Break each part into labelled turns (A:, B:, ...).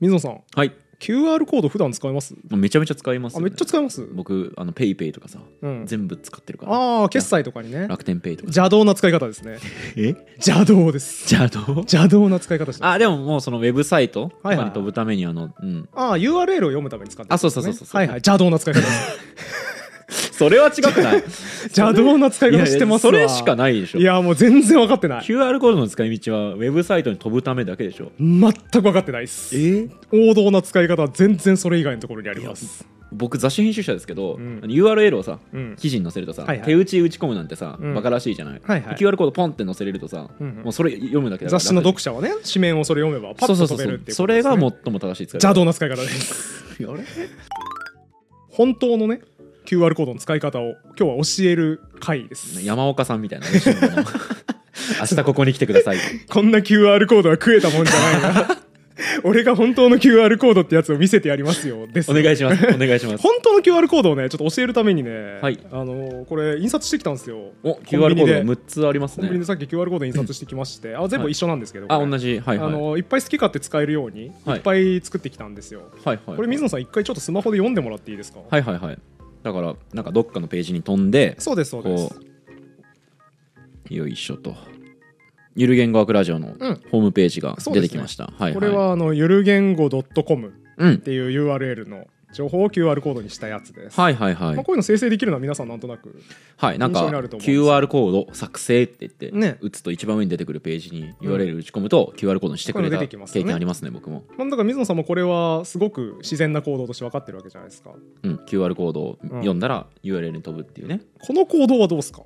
A: 水野さん
B: はい
A: QR コード普段使います
B: めちゃめちゃ使います
A: あ
B: よ、
A: め
B: ね、
A: っちゃ使います、
B: 僕あのペイペイとかさ、
A: うん、
B: 全部使ってるから
A: ああ決済とかにね
B: 楽天ペイとか
A: 邪道な使い方ですね
B: え
A: 邪道です
B: じゃあどう
A: 邪道な使い方してます
B: あでももうそのウェブサイトと
A: は
B: か
A: いはい
B: に飛ぶためにあの、うん、
A: ああ URL を読むために使ってるんですね
B: あそうそうそうそうそう
A: はいはい邪道な 使い方です
B: それは違くない
A: 邪道な使い方してますわ
B: いやいやそれしかないでしょ
A: いやもう全然分かってない
B: QR コードの使い道はウェブサイトに飛ぶためだけでしょ
A: 全く分かってないです王道な使い方は全然それ以外のところにあります
B: 僕雑誌編集者ですけど、
A: うん
B: あの URL をさ
A: うん
B: 記事に載せるとさ、
A: はいはい
B: 手打ち打ち込むなんてさ、
A: うん
B: バカらしいじゃない、
A: はいはい
B: QR コードポンって載せれるとさ、
A: うんうん
B: もうそれ読むだけだから
A: 雑誌の読者はね紙面をそれ読めばパ
B: そう
A: ッ
B: そ
A: と
B: う
A: 飛
B: そうそ
A: べるっ
B: う
A: ていうことですね
B: それが最も正しい使い
A: 邪
B: 方
A: 道な使い方です
B: あれ
A: 本当のね QR コードの使い方を今日は教える回です
B: 山岡さんみたいなね新 聞の明日ここに来てください
A: こんな QR コードは食えたもんじゃないな 俺が本当の QR コードってやつを見せてやりますよです
B: お願いしますお願いします
A: 本当の QR コードをねちょっと教えるためにね、
B: はい
A: あのーこれ印刷してきたんですよ
B: お
A: コンビ
B: QR コ
A: ニで
B: ード6つあります
A: コンビニで
B: ね
A: さっき QR コード印刷してきましてあ全部一緒なんですけど、
B: あ
A: これ
B: 同じはいはい
A: あのーいっぱい好き勝手使えるように、
B: はい
A: い、っぱい作ってきたんですよ
B: はいはい
A: これ水野さん一回ちょっとスマホで読んでもらっていいですか、
B: はいはいはいだからなんかどっかのページに飛んで
A: そうですそうです
B: こうよいしょとゆる言語学ラジオの
A: うん
B: ホームページが
A: そう
B: 出
A: ですね
B: てきました、はいはい
A: これはあのゆる言語 .com
B: うん
A: っていう URL の情報を QR コードにしたやつです、
B: はいはいは
A: まあ、
B: い
A: こういうの生成できるのは皆さんなんとなく
B: はいなんか
A: 印象にあると思うんですよ
B: QR コード作成って言って、
A: ね
B: 打つと一番上に出てくるページに URL 打ち込むと QR コードにしてくれ
A: これ
B: た
A: 出てきますよ
B: 経
A: ね
B: 験ありますね僕も、
A: まあ、だから水野さんもこれはすごく自然な行動として分かってるわけじゃないですか
B: うん、QR コードを読んだら URL に飛ぶっていうね、
A: この行動はどうですか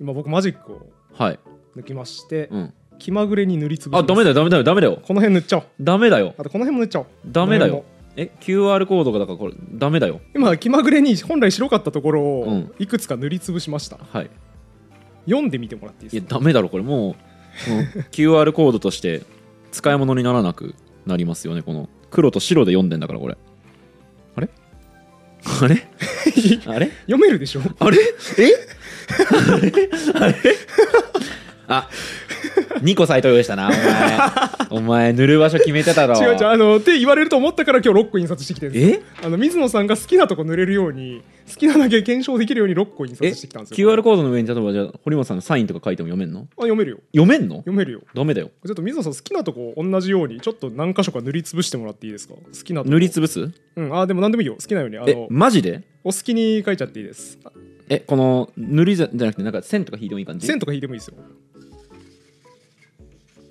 A: 今僕マジックを
B: はい、
A: 抜きまして、
B: うん、
A: 気まぐれに塗りつぶしま
B: あ
A: す
B: ダメだよダメだよダメだよ
A: この辺塗っちゃおう
B: ダメだよ
A: あとこの辺も塗っちゃおう
B: ダメだ
A: この
B: よえ QR コードがだからこれダメだよ
A: 辺も今気まぐれに本来白かったところ
B: う
A: を
B: ん
A: いくつか塗りつぶしました、
B: はい
A: 読んでみてもらっていい
B: い
A: で
B: や
A: すか
B: ダメだろこれもう、 うん QR コードとして使い物にならなくなりますよねこの黒と白で読んでんだからこれあれあ れあれ
A: 読めるでしょ
B: あれえあれあれあ2個サイト用意したなお前お前塗る場所決めてたろ
A: 違う違うあのって言われると思ったから今日6個印刷してきてるんです
B: え
A: あの水野さんが好きなとこ塗れるように好きなだけ検証できるように6個印
B: え
A: 刷してきたんですよ
B: QR コードの上に例えばじゃあ堀本さんのサインとか書いても読めんの
A: あ読めるよ
B: 読めんの
A: 読めるよ
B: ダメだよ
A: ちょっと水野さん好きなとこ同じようにちょっと何箇所か塗りつぶしてもらっていいですか好きなとこ
B: 塗りつぶす
A: うんあでも何でもいいよ好きなようにあ
B: え
A: の
B: マジで
A: お好きに書いちゃっていいですあ
B: えこの塗りじゃじゃなくてなんか線とか引いてもいい感じ
A: 線とか引いてもいいですよ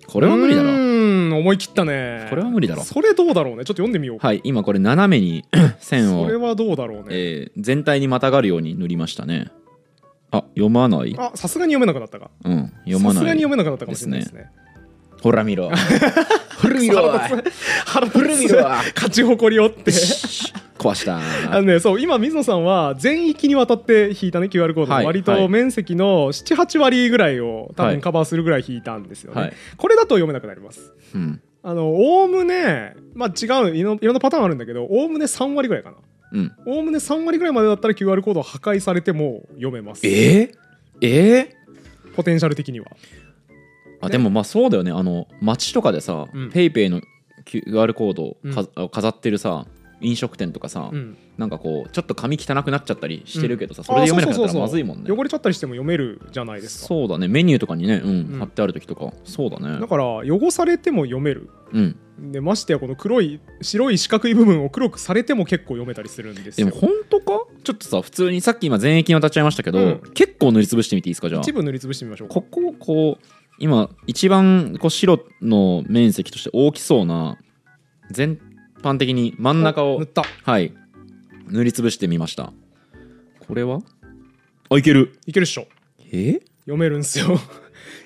B: これは無理だ
A: う
B: ろ
A: ーん思い切ったね
B: これは無理だろ
A: それどうだろうねちょっと読んでみよう
B: はい今これ斜めに 線
A: それ
B: を、
A: はどうだろうね
B: えー全体にまたがるように塗りましたねあ読まない
A: あさすがに読めなくなったか
B: うん読ま
A: さすが
B: な
A: に読
B: い
A: めなくなったかもしれないですね
B: ほら 見ろ ほら見ろおい
A: 腹立つ腹
B: 古
A: 立
B: 見
A: つ
B: るわ
A: 勝ち誇りをって
B: 壊した
A: あのね、そう今水野さんは全域にわたって引いたね QR コード
B: はい
A: の割
B: はい
A: と面積の78割ぐらいを多
B: はい
A: 分カバーするぐらい引いたんですよね、
B: はい
A: これだと読めなくなります
B: うん
A: あのおおむねまあ違ういろいろんなパターンあるんだけどおおむね3割ぐらいかな
B: うん
A: おおむね3割ぐらいまでだったら QR コードを破壊されても読めます
B: えー、え
A: ポテンシャル的には
B: ー、あでもまあそうだよねあの街とかでさ、
A: うん
B: ペイペイの QR コードをか、飾ってるさ飲食店とかさ、
A: うん
B: なんかこうちょっと紙汚くなっちゃったりしてるけどさ、それで読めなくなったらまずいもん
A: あ
B: ね
A: そうそうそうそう汚れちゃったりしても読めるじゃないですか
B: そうだねメニューとかにね、うん
A: うん
B: 貼ってある時とかそうだね
A: だから汚されても読める
B: うん
A: でましてやこの黒い白い四角い部分を黒くされても結構読めたりするんです
B: で
A: よ
B: も本当かちょっとさ普通にさっき今全域に渡っちゃいましたけど、
A: うん
B: 結構塗りつぶしてみていいですかじゃあ
A: 一部塗りつぶしてみましょう
B: ここをこう今一番こう白の面積として大きそうな全般的に真ん中
A: お
B: を
A: 塗った
B: はい塗りつぶしてみましたこれはあいける
A: いけるっしょ
B: え
A: 読めるんすよ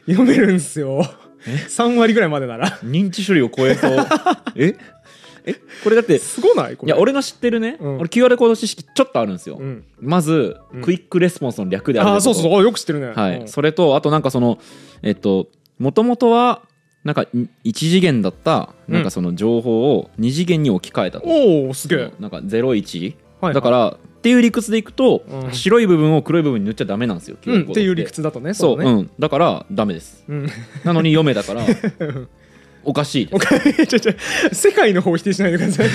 A: 読めるんすよ3割ぐらいまでなら
B: 認知処理を超えそう ええこれだってい
A: すごないこれ
B: や俺の知ってるね、
A: うん
B: 俺 QR コード知識ちょっとあるんですよ、
A: うん、
B: まず、
A: うん
B: クイックレスポンスの略である
A: ああそうそう
B: う、
A: そうあよく知ってるね
B: はい
A: うん
B: それとあとなんかそのえっともともとはなんかい一次元だった
A: うん
B: なんかその情報を二次元に置き換えたと、
A: おおすげえ、
B: なんか01、
A: はい、
B: だかららっていう理屈でいくと、
A: うん
B: 白い部分を黒い部分に塗っちゃダメなんですよ、
A: うん
B: QR コード
A: っていう理屈だとね
B: そう
A: だね
B: うんだからダメです
A: うん、
B: なのに読めだから
A: うん
B: おかしいで
A: お
B: す
A: かちょちょ世界の方を否定しないでください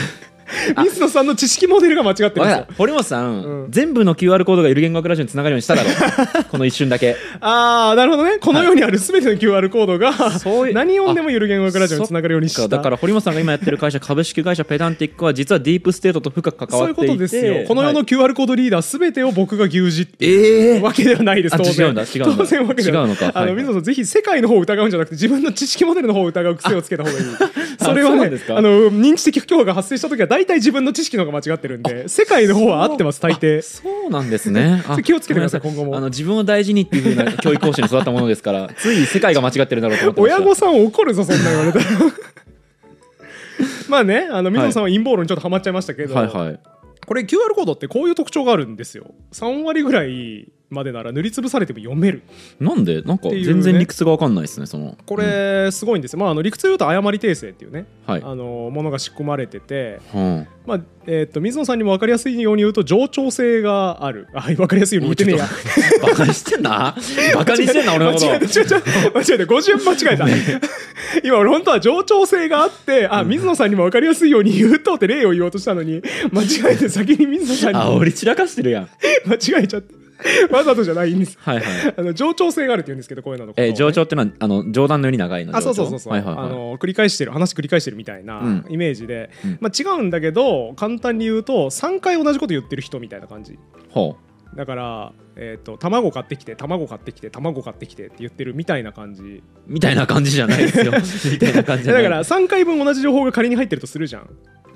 A: 水野さんの知識モデルが間違ってるん
B: わ
A: で
B: か
A: す
B: っ
A: よ
B: た堀本さん、
A: うん
B: 全部の QR コードがゆる言語学ラジオにつながるようにしただろ うこの一瞬だけ
A: ああなるほどねこの世にある全ての QR コードが
B: そういう
A: 何読んでもゆる言語学ラジオにつながるようにした
B: そっかだから堀本さんが今やってる会社株式会社ペダンティックは実はディープステートと深く関
A: そう
B: わ
A: い
B: っ
A: うこ
B: ていて
A: とですよこの世
B: は
A: の
B: い
A: QR コードリーダー全てを僕が牛耳って
B: え え
A: わけではないです
B: あ
A: 当然
B: 違うんだ違うんだ
A: 当然わけではない
B: 違うのか
A: あ
B: はいは
A: の
B: い
A: 水野さんぜひ世界の方を疑うんじゃなくて自分の知識モデルの方を疑う癖をつけた方がいいそれは
B: そうなん
A: ね
B: です か
A: あの認知的不協和が発生した時は大体自分の知識の方が間違ってるんで世界の方は合ってます大抵
B: そうなんですねあ
A: 気をつけてください
B: ごめん
A: 今後も
B: あの自分を大事にっていうふうな教育講師に育ったものですから つい世界が間違ってるだろうと思ってました
A: 親御さん怒るぞそんな言わ れたらまあねあの水野さんは陰謀論にちょっとハマっちゃいましたけど、
B: はいはい
A: これ QR コードってこういう特徴があるんですよ3割ぐらいまでなら塗りつぶされても読める
B: なんでなんか
A: っていうね
B: 全然理屈が分かんないですねその
A: これすごいんですよ、まあ、あの理屈で言うと誤り訂正っていうね、
B: うんはい、
A: あのものが仕込まれてて、
B: うん
A: まあえー、と水野さんにも分かりやすいように言うと冗長性があるあ 分かりやすいように言ってねえや
B: バカにしてんなバカにしてんな俺のこと
A: 間違えた違う違う間違えた語順間違えた今俺本当は冗長性があってあ水野さんにも分かりやすいように言うとって例を言おうとしたのに間違えて先に水野さんに
B: あ俺散らかしてるやん
A: 間違えちゃってわざとじゃないんです
B: はいはい
A: あの冗長性があるって言うんですけどこういうののことを
B: え
A: ね
B: ー、上長ってのはあの冗談のように長いの
A: あそう
B: 上長
A: そうそうそう、
B: はいはいはい
A: あの繰り返してる話繰り返してるみたいな
B: うん
A: イメージで、
B: うん
A: まあ、違うんだけど簡単に言うと3回同じこと言ってる人みたいな感じ
B: ほ
A: だから、えー、と卵買ってきて卵買ってきて卵買ってきてって言ってるみたいな感じ
B: うみたいな感じじゃないです よみたいな感じじゃ
A: だ
B: ない
A: から3回分同じ情報が仮に入ってるとするじゃん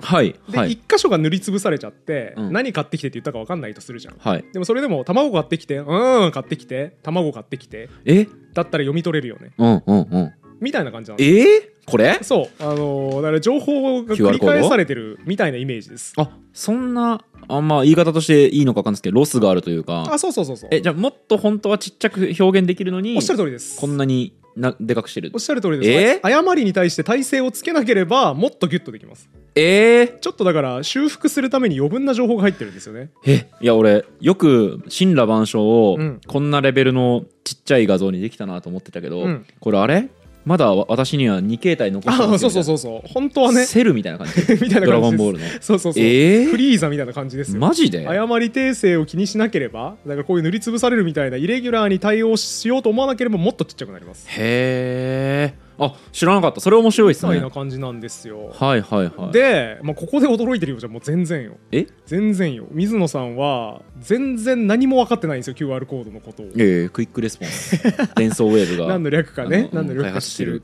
B: はい
A: で、
B: はい
A: 1箇所が塗りつぶされちゃって、
B: うん
A: 何買ってきてって言ったか分かんないとするじゃん
B: はい
A: でもそれでも卵買ってきてうーん買ってきて卵買ってきて
B: え
A: だったら読み取れるよね
B: うんうんうん
A: みたいな感じなの
B: えー、これ
A: そう、あのーだから情報が繰り返されてるみたいなイメージです。
B: あそんなあんまあ言い方としていいのか分かんないですけどロスがあるという
A: あ、
B: か
A: そうそうそうそう。
B: えじゃあもっと本当はちっちゃく表現できるのに
A: おっしゃる通りです。
B: こんなになでかくしてる
A: おっしゃる通りです
B: え。
A: あ誤りに対して体勢をつけなければもっとギュッとできます。
B: えー、
A: ちょっとだから修復するために余分な情報が入ってるんですよね。
B: えいや俺よく「神羅万象」を
A: うん
B: こんなレベルのちっちゃい画像にできたなと思ってたけど、
A: うん
B: これあれまだわ私には2形態残して
A: あ、そう
B: みた
A: そ
B: いう
A: そうそう。本当は
B: な
A: ね、
B: セルみたいな 感じ
A: みたいな感じです。
B: ドラゴンボールの
A: そうそうそう。
B: え
A: フ
B: ー、
A: リーザみたいな感じですよ。
B: マジで
A: 誤り訂正を気にしなければ、だからこういう塗りつぶされるみたいなイレギュラーに対応しようと思わなければもっとちっちゃくなります。
B: へえあ知らなかったそれ面白いです
A: みたい
B: ね
A: な感じなんですよ。
B: はいはいはい
A: で、まあ、ここで驚いてるよじゃあもう全然よ
B: え
A: 全然よ水野さんは全然何も分かってないんですよ QR コードのことを
B: いやいやクイックレスポンス連想ウ ェーブが
A: 何の略かね
B: あの
A: 何の
B: 開
A: 略か
B: 発
A: 知
B: し
A: ってる
B: てる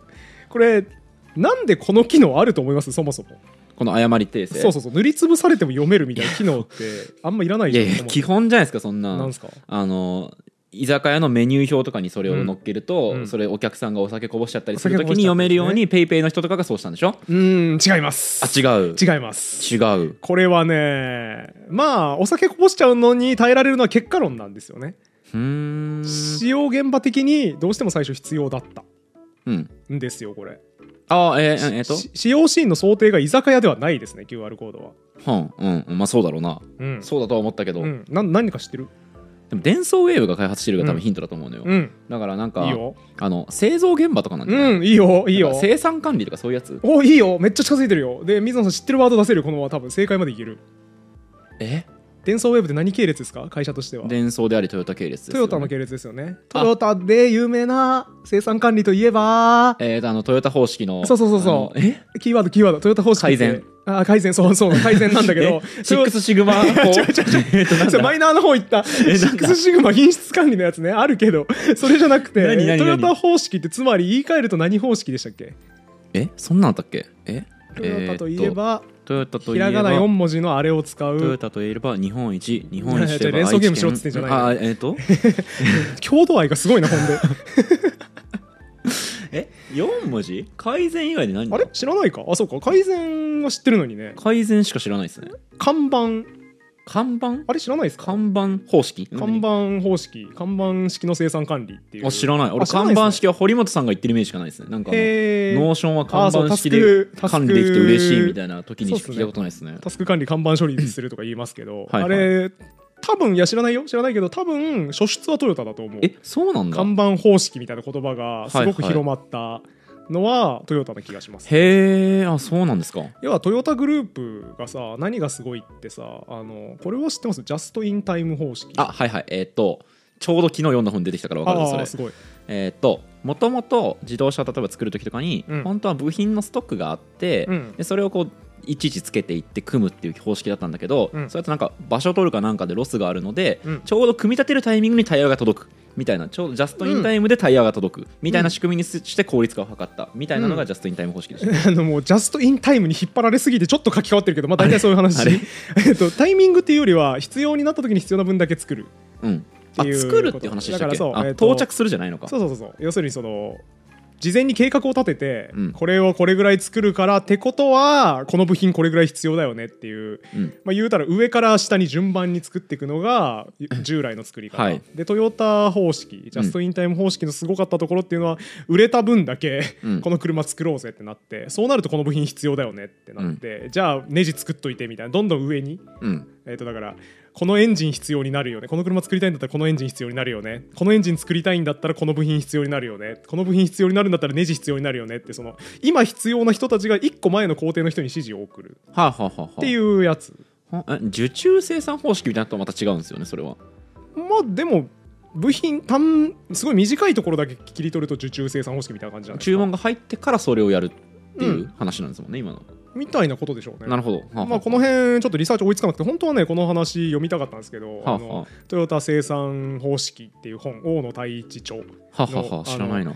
A: これなんでこの機能あると思いますそもそも
B: この誤り訂正
A: そうそうそう塗りつぶされても読めるみたいな機能ってあんまいらない
B: い
A: じ
B: や
A: ゃん
B: いや
A: そもそも
B: 基本じゃないですかそんな
A: なんすか
B: あの居酒屋のメニュー表とかにそれを乗っけると、
A: うんうん
B: それお客さんがお酒こぼしちゃったりす
A: お
B: る
A: 酒
B: と
A: こぼ
B: き
A: し
B: に
A: ちゃっ
B: 読
A: たり
B: め
A: ね
B: るようにペイペイの人とかがそうしたんでしょ
A: うーん違います
B: あ違う
A: 違います
B: 違う
A: これはねまあお酒こぼしちゃうのに耐えられるのは結果論なんですよね
B: うーん
A: 使用現場的にどうしても最初必要だった
B: うん
A: んですよこれ
B: あえー、えー、えー
A: し使用シーンの想定が居酒屋ではないですね QR コードは、
B: とはんうんうんまあそうだろうな、
A: うん
B: そうだとは思ったけど、
A: うん、な何か知ってる
B: でも伝送ウェーブが開発してるが多
A: うん
B: 分ヒントだと思うのよ、
A: うん
B: だからなんか
A: いいよ
B: あの製造現場とかなんじゃない、
A: うんいいよいい
B: なん
A: よ
B: か生産管理とかそういうやつ
A: おいいよめっちゃ近づいてるよで水野さん知ってるワード出せるこのまま多分正解までいける
B: え
A: 伝送ウェブって何系列ですか会社としては
B: 伝送でありトヨタ系列です
A: ト
B: よね
A: ヨタの系列ですよねトヨタで有名な生産管理といえば
B: えーとあのトヨタ方式の
A: そうそうそうそう
B: あのえ
A: キーワードキーワードトヨタ方式って
B: 改善
A: あ改善そうそう改善なんだけ ど
B: シックスシグマ 法 えーとなんだ
A: それマイナーの方行ったシックスシグマ品質管理のやつねあるけどそれじゃなくて
B: 何何
A: トヨ
B: 何
A: タ方式ってつまり言い換えると何方式でしたっけ
B: えそんなんあったっけえ
A: トヨタといえ
B: ー
A: ば
B: とトヨタと
A: ひ
B: いえば
A: らがな4文字のあれを使
B: トヨ
A: う
B: タといえば日本一日本一
A: いやいや連想ゲームしろっつってんじゃないの
B: あえっ、 と
A: 郷土愛がすごいなほん で
B: え4文字改善以外で何だ
A: あれ知らないかあそうか改善は知ってるのにね
B: 改善しか知らないですね
A: 看板
B: 看板
A: あれ知らないですか
B: 看板方式
A: 看板方式看板式の生産管理っていう
B: あ知らない俺
A: あ知らない
B: 看
A: っすね
B: 板式は堀本さんが言ってるイメージしかないですねなんかあの
A: へー
B: ノーションは看板式
A: あそう
B: で
A: タスクタスク
B: 管理できて嬉しいみたいな時にしか聞いたことないですね
A: タスク管理看板処理するとか言いますけど
B: はいはい
A: あれ多分いや知らないよ知らないけど多分初出はトヨタだと思う
B: えそうなんだ
A: 看板方式みたいな言葉がすごく広まったのはトヨタな気がします
B: へえあそうなんですか
A: 要はトヨタグループがさ何がすごいってさあのこれは知ってますジャストインタイム方式
B: あはいはいえーっとちょうど昨日読んだ本出てきたから分かるんですそ
A: あ
B: れ
A: ーすごい
B: えーっともともと自動車を例えば作る時とかに、
A: うん
B: 本当は部品のストックがあって、
A: うん
B: でそれをこういちいちつけていって組むっていう方式だったんだけど、
A: うん
B: それだとなんか場所取るかなんかでロスがあるので、
A: うん
B: ちょうど組み立てるタイミングにタイヤが届くみたいなちょうどジャストインタイムでタイヤが届く、みたいな仕組みにすして効率化を図ったみたいなの
A: う
B: が
A: ん
B: ジャストインタイム方 式でした、
A: あのもうジャストインタイムに引っ張られすぎてちょっと書き換わってるけど、まあ、大体そういう話
B: あれ
A: えっとタイミングっていうよりは必要になった時に必要な分だけ作る
B: うんあ
A: っていう
B: 作るっていう話でしたっけ
A: だからそう
B: あ
A: えーと
B: 到着するじゃないのか
A: そうそうそうそう要するにその事前に計画を立てて、
B: うん
A: これをこれぐらい作るからってことはこの部品これぐらい必要だよねっていう、
B: うん
A: まあ、言うたら上から下に順番に作っていくのが 従来の作り方、
B: はい
A: でトヨタ方式ジャストインタイム方式のすごかったところっていうのは、売れた分だけ、
B: うん
A: この車作ろうぜってなってそうなるとこの部品必要だよねってなって、じゃあネジ作っといてみたいなどんどん上に
B: うん
A: えー、とだからこのエンジン必要になるよねこの車作りたいんだったらこのエンジン必要になるよねこのエンジン作りたいんだったらこの部品必要になるよねこの部品必要になるんだったらネジ必要になるよねってその今必要な人たちが1個前の工程の人に指示を送る
B: はあ、はあはあはあ、
A: っていううやつ
B: 受注生産方式みたいなのとまた違うんですよねそれは
A: まあでも部品単すごい短いところだけ切り取ると受注生産方式みたいな感じじゃないです
B: 注
A: か
B: 文が入ってからそれをやるっていうう話なんですもんね、今の
A: みたいなことでしょうね
B: なるほど、はあはあ
A: まあ、この辺ちょっとリサーチ追いつかなくて本当はねこの話読みたかったんですけど、
B: はあ
A: あのトヨタ生産方式っていう本大野太一著
B: はあはあはあ
A: の
B: 知らないな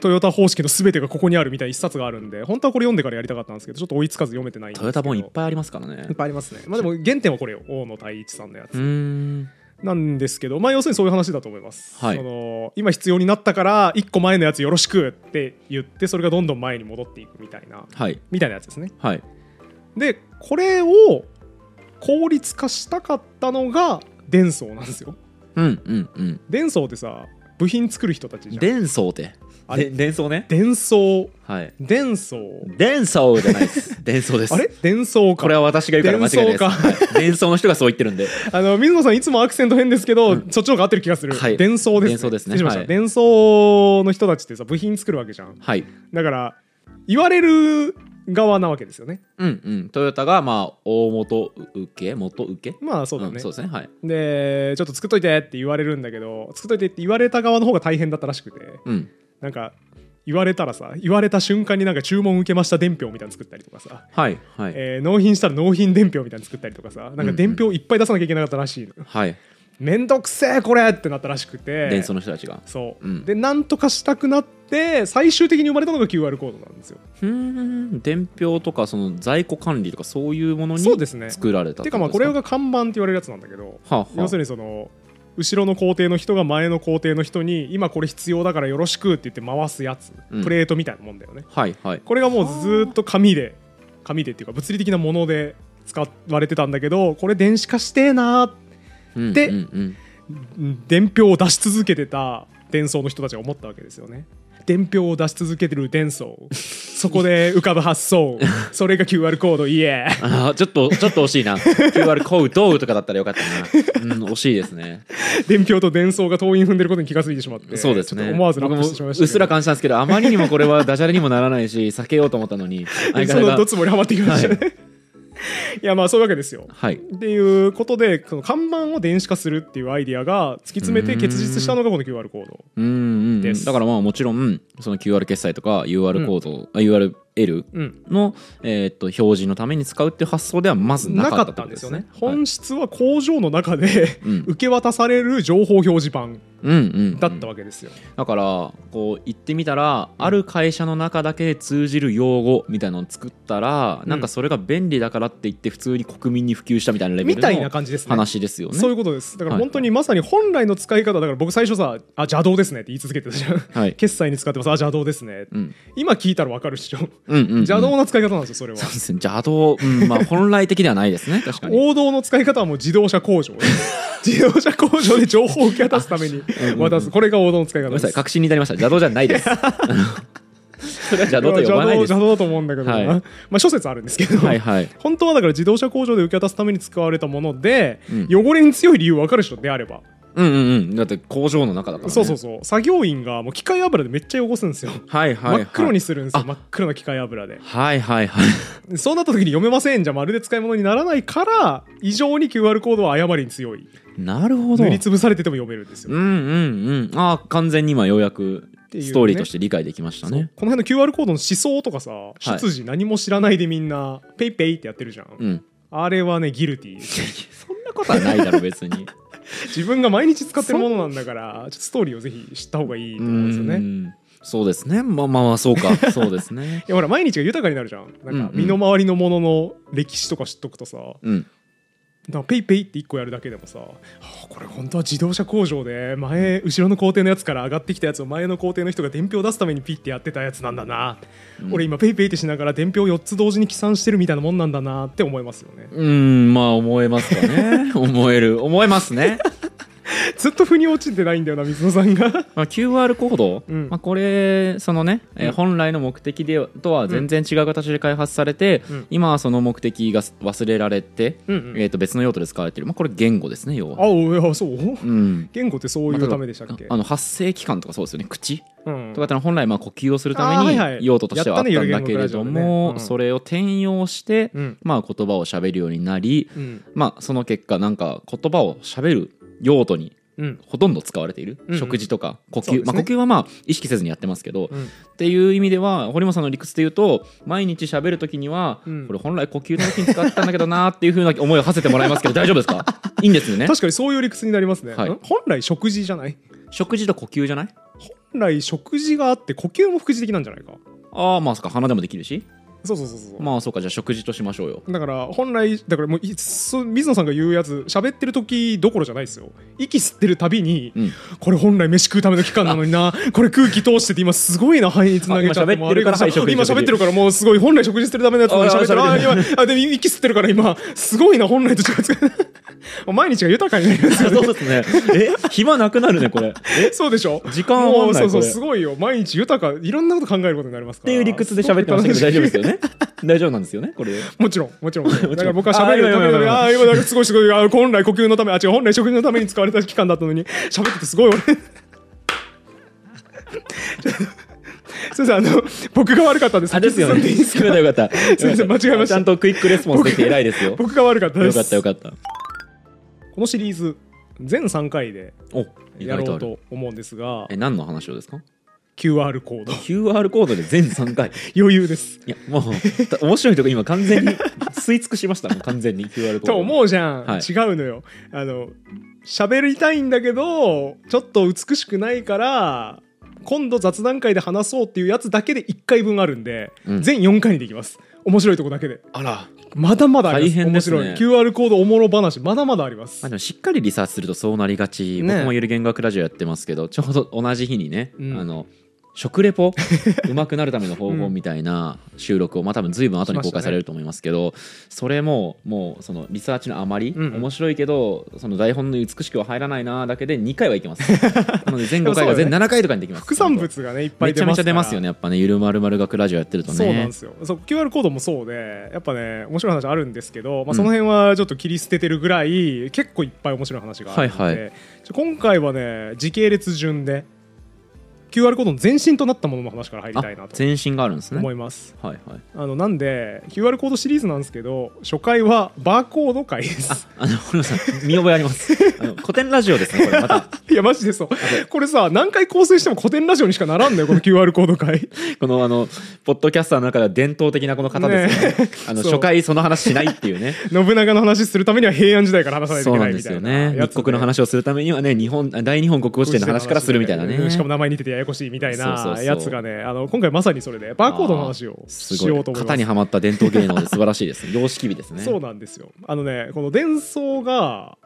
A: トヨタ方式の全てがここにあるみたいな一冊があるんで本当はこれ読んでからやりたかったんですけどちょっと追いつかず読めてないんですけ
B: ト
A: ど
B: ヨタ本いっぱいありますからね
A: いっぱいありますねまあでも原点はこれよ大野太一さんのや
B: う
A: つ
B: ーん
A: なんですけどまあ要するにそういう話だと思います、
B: はい
A: その今必要になったから1個前のやつよろしくって言ってそれがどんどん前に戻っていくみたいな
B: はい
A: みたいなやつですね
B: はい
A: でこれを効率化したかったのがデンソーなんですよ
B: うんうんうん
A: デンソーってさ部品作る人たちじゃん
B: 伝送って
A: あれ
B: で伝送ね
A: デンソー
B: はい
A: デンソー
B: 伝送じゃない です伝送です
A: あれデンソーか
B: これは私が言うから間違いないです
A: 伝送か
B: はい伝送の人がそう言ってるんで
A: あの水野さんいつもアクセント変ですけど、そっちの方が合ってる気がする、
B: はい
A: 伝送です、ね、
B: 伝送ですね
A: 失礼しました
B: はい
A: 伝送の人たちってさ部品作るわけじゃん
B: はい
A: だから言われる側なわけですよね
B: うんうんトヨタがまあ大元受け元受け
A: まあそうだね、
B: んそうですねはい
A: でちょっと作っといてって言われるんだけど作っといてって言われた側の方が大変だったらしくて
B: うん
A: なんか言われたらさ言われた瞬間になんか注文受けました伝票みたいなの作ったりとかさ、
B: はいはい、
A: えー納品したら納品伝票みたいなの作ったりとかさなんか伝票いっぱい出さなきゃいけなかったらしいの、
B: はい
A: めんどくせえこれってなったらしくて
B: 伝送の人たちが
A: そう、
B: うん
A: でなんとかしたくなって最終的に生まれたのが QR コードなんですよ。
B: うーん伝票とかその在庫管理とかそういうものに
A: そうですね
B: 作られた
A: てかまあこれ
B: は
A: が看板って言われるやつなんだけど
B: あはあ
A: 要するにその後ろの工程の人が前の工程の人に今これ必要だからよろしくって言って回すやつ、
B: うん
A: プレートみたいなもんだよね。
B: はいはい
A: これがもうずーっと紙で紙でっていうか物理的なもので使われてたんだけどこれ電子化してえなーで
B: うんうんうん
A: うん伝票を出し続けてた伝送の人たちが思ったわけですよね伝票を出し続けてる伝送そこで浮かぶ発 想それが QR コードイエー
B: あーちょっとちょっと惜しいな QR コードとかだったらよかったな、うん、惜しいですね
A: 伝票と伝送が党員踏んでることに気が付いてしまって
B: そうです
A: ちょっ
B: ね
A: と思わずラップ
B: 僕も
A: してしまいました
B: うっすら感じたんですけどあまりにもこれはダジャレにもならないし避けようと思った のに相
A: そ
B: 方
A: の
B: が
A: どつもりハマってきましたね、い、やまあ そういうわけですよ
B: はい
A: っていうことでその看板を電子化するっていうアイディアが突き詰めて結実したのがこの QR コード
B: うんうんう
A: で
B: ん
A: す
B: だからまあもちろんその QR 決済とか UR コード、あ URL
A: うん
B: の、えーっと表示のために使うっていう発想ではまずな
A: な
B: か
A: か
B: った
A: ったん
B: ってこと
A: ですよね、
B: はい
A: 本質は工場の中で
B: うん
A: 受け渡される情報表示板
B: うんうん、
A: だったわけですよ、
B: だからこう言ってみたらある会社の中だけで通じる用語みたいなのを作ったら、
A: うん
B: なんかそれが便利だからって言って普通に国民に普及したみたいなレベ
A: み
B: ル
A: たいな
B: の
A: 感じですね
B: 話ですよね。
A: そういうことですだから
B: はい
A: 本当にまさに本来の使い方だから僕最初さ「あ邪道ですね」って言い続けてたじゃん
B: はい
A: 決済に使ってますあ邪道ですね
B: うん
A: 今聞いたらわかるっしょ
B: うんうんうん、
A: 邪道な使い方なんですよそれは
B: そうですね邪道、うんまあ、本来的ではないですね確かに。
A: 王道の使い方はもう自動車 工場です自動車工場で情報を受け渡すために
B: うん
A: 渡すこれが王道の使い方
B: ごめん
A: で
B: な
A: す
B: さい確信に至りました邪道じ ゃないです。それは 邪道と呼ばないです
A: 邪。道だと思うんだけどな、
B: はい
A: まあ諸説あるんですけど、
B: はいはい
A: 本当はだから自動車工場で受け渡すために使われたもので、
B: うん
A: 汚れに強い理由わかるでしょであれば
B: うんうんうんだって工場の中だから、ね、
A: そうそうそう作業員がもう機械油でめっちゃ汚すんですよ、
B: はいはい、は
A: 真
B: い、
A: っ黒にするんですよ
B: あ
A: 真っ黒な機械油で
B: はいはいはい
A: でそうなった時に読めませんじゃまるで使い物にならないから異常に QR コードは誤りに強い
B: なるほど
A: 塗りつぶされてても読めるんですよ、
B: うんうんうんああ完全に今ようやく
A: ていうね
B: ストーリーとして理解できました
A: そ
B: ね
A: うこの辺の QR コードの思想とかさ出自何も知らないでみんなペイペイってやってるじゃん、
B: うん
A: あれはねギルティです
B: そんなことはないだ ろ別に
A: 自分が毎日使ってるものなんだから ちょっとストーリーをぜひ知った方がいいと
B: う
A: 思うんですよね。い
B: んそうですねまあまあまあそうか そうですね
A: やほら毎日が豊かになるじゃん
B: うんう
A: なん
B: ん
A: か身の回りのものの歴史とか知っとくとさ
B: うん
A: なんかペイペイって1個やるだけでもさ、はあこれ本当は自動車工場で前後ろの工程のやつから上がってきたやつを前の工程の人が伝票を出すためにピッてやってたやつなんだな、
B: うん
A: 俺今ペイペイってしながら伝票4つ同時に起算してるみたいなもんなんだなって思いますよね
B: うんまあ思えますか ね思える思えますね、
A: ずっと腑に落ちてないんだよな水野さん が
B: まあ、QR コード、
A: うん
B: まあ、これそのね、えー
A: うん
B: 本来の目的でとは全然違う形で開発されて、
A: うん
B: 今はその目的が忘れられて、
A: うん、うん
B: えー、と別の用途で使われてる、まあ、これ言語ですね要
A: あ
B: は
A: おいやそう
B: うん
A: 言語ってそういうためでしたっけ、
B: あの発生期間とかそうですよね口
A: うん
B: とかってのは本来まあ呼吸をするた
A: あーはい
B: め
A: はい
B: に用途としてはあったん
A: やったね
B: だけれ
A: ゆる言語
B: ど
A: ラジオでねう
B: も
A: ん
B: それを転用して
A: うん
B: まあ言葉を喋るようになり
A: うん
B: まあその結果なんか言葉を喋る用途に
A: うん
B: ほとんど使われている
A: うんうん
B: 食事とか呼
A: そうです
B: 吸
A: ね
B: まあ呼吸はまあ意識せずにやってますけど
A: うん
B: っていう意味では堀本さんの理屈で言うと毎日喋る時には
A: うん
B: これ本来呼吸の時に使ったんだけどなっていうふうな思いを馳せてもらいますけど大丈夫で すかいいんですよね
A: 確かにそういう理屈になりますね、
B: はい
A: ん本来食事じゃない
B: 食事と呼吸じゃない
A: 本来食事があって呼吸も副次的なんじゃないか
B: ああまあそっか鼻でもできるし
A: そうそうそうそう、
B: まあそうかじゃあ食事としましょうよ
A: だから本来だからもういそう水野さんが言うやつ喋ってる時どころじゃないですよ息吸ってるたびに、
B: うん
A: これ本来飯食うための期間なのに なこれ空気通してて今すごいな肺につなげちゃって
B: あ今喋ってるか
A: もうあれ
B: らはい食事
A: 今
B: 食事
A: 喋ってるからもうすごい本来食事してるためのやつなのに
B: あ
A: 喋ってるあ
B: あ
A: 今あでも息吸ってるから今すごいな本来と違う 毎日が豊かになりますよね
B: そうですね。 え、暇なくなるね、これ。え、
A: そうでしょ
B: 時間は
A: もう
B: ない
A: そうそう
B: これ
A: すごいよ毎日豊かいろんなこと考えることになります
B: っ
A: から
B: ていう理屈で喋ってましたけど、大丈夫ですよ
A: ね
B: ね。大丈夫なんですよね、これ。
A: もちろんも ちろんだから僕は
B: あ
A: 喋
B: ー
A: るため
B: 今今
A: に
B: 今
A: ああー今だからすごいすごいあー本来呼吸のためあ違う本来食事のために使われた期間だったのに喋っててすごい俺 ちょすいませんあの僕が悪かったんです
B: あ、ですよね。
A: 先進んでいいですか
B: よかったよかった。
A: すいません間違えました
B: ちゃんとクイックレスポンスできて偉いですよ。
A: 僕が悪かったで
B: よ
A: す
B: かったよかった。
A: このシリーズ全3回で
B: お、意
A: や
B: 外
A: ろ
B: と
A: う
B: ある。
A: と思うんですが
B: え、何の話をですか
A: QR コード
B: ?QR コードで全3回。い
A: 余裕です
B: や、もう、た面白いとこ今完全に吸い尽くしました、もう完全に QR コード。
A: と思うじゃん、
B: はい
A: 違うのよあの喋りたいんだけどちょっと美しくないから今度雑談会で話そうっていうやつだけで1回分あるんで、
B: うん
A: 全4回にできます面白いとこだけで
B: あら。
A: まだまだあります
B: 大変ですね
A: 面白い QR コードおもろ話まだまだあります、
B: まあ、でもしっかりリサーチするとそうなりがち、
A: ね
B: 僕もゆる言語学ラジオやってますけどちょうど同じ日にね、
A: うん
B: あの食レポ うまくなるための方法みたいな収録を、まあ多分随分後に公開されると思いますけど、それももうそのリサーチのあまり、
A: うんうん
B: 面白いけどその台本の美しくは入らないなだけで2回はい けますなので全5回が全7回とかにできます
A: 副産物がねいっぱ
B: め
A: い
B: ち
A: 出
B: ゃ
A: ま
B: め
A: す
B: ちゃ出ます
A: ね
B: よねやっぱねゆるまるまる学ラジオやってるとね
A: そうなんですよそう QR コードもそうでやっぱね面白い話あるんですけど、まあ、その辺はちょっと切り捨ててるぐらい、結構いっぱい面白い話があるので、
B: はい
A: ちょ今回はね時系列順で QR コードの前身となったものの話から入り
B: あ
A: たいなと
B: 前進があるんですね
A: 思
B: はい
A: います。
B: はい
A: あのなんで QR コードシリーズなんですけど初回はバーコード回です。
B: あの堀本さん見覚えありますあの古典ラジオですねこれまた
A: いやマジでそうこれさ何回構成しても古典ラジオにしかならんのよこの QR コード回
B: このあのポッドキャスターの中では伝統的なこの方ですよね あの
A: そう
B: 初回その話しないっ ていうね
A: 信長の話するためには平安時代から話さないと
B: そ
A: いうけ
B: な
A: ない
B: んで
A: み
B: す
A: た
B: よ
A: い
B: ね
A: なやつ
B: 密告の話をするためにはね日本大日本国語辞典の話からするみたいなね
A: しかも名前似ててややこしいみたい
B: そうそう
A: な
B: そう
A: やつがねあの今回まさにそれでバーコードの話を
B: す
A: し
B: ご
A: よう
B: い
A: と思い
B: 型
A: ま
B: に
A: す
B: はまった伝統芸能で素晴らしいですね様式美ですね
A: そうなんですよあのねこの伝送が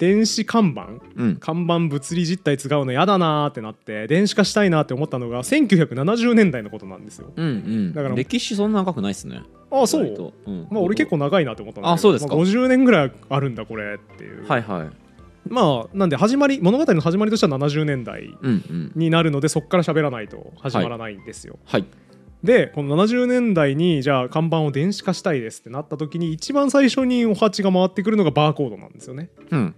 A: 電子看板
B: うん
A: 看板物理実体使うのやだなーってなって電子化したいなーって思ったのが1970年代のことなんですよ
B: うんうん
A: だから
B: 歴史そんな長くないですね
A: ああそ
B: 割
A: う
B: とうん
A: まあ俺結構長いなって思ったんだけど
B: あそうですか
A: ま50年ぐらいあるんだこれっていう、
B: はいはい
A: まあなんで始まり物語の始まりとしては70年代
B: うんうん
A: になるのでそっから喋らないと始まらないんですよ、
B: はい
A: でこの70年代にじゃあ看板を電子化したいですってなった時に一番最初にお鉢が回ってくるのがバーコードなんですよね
B: うん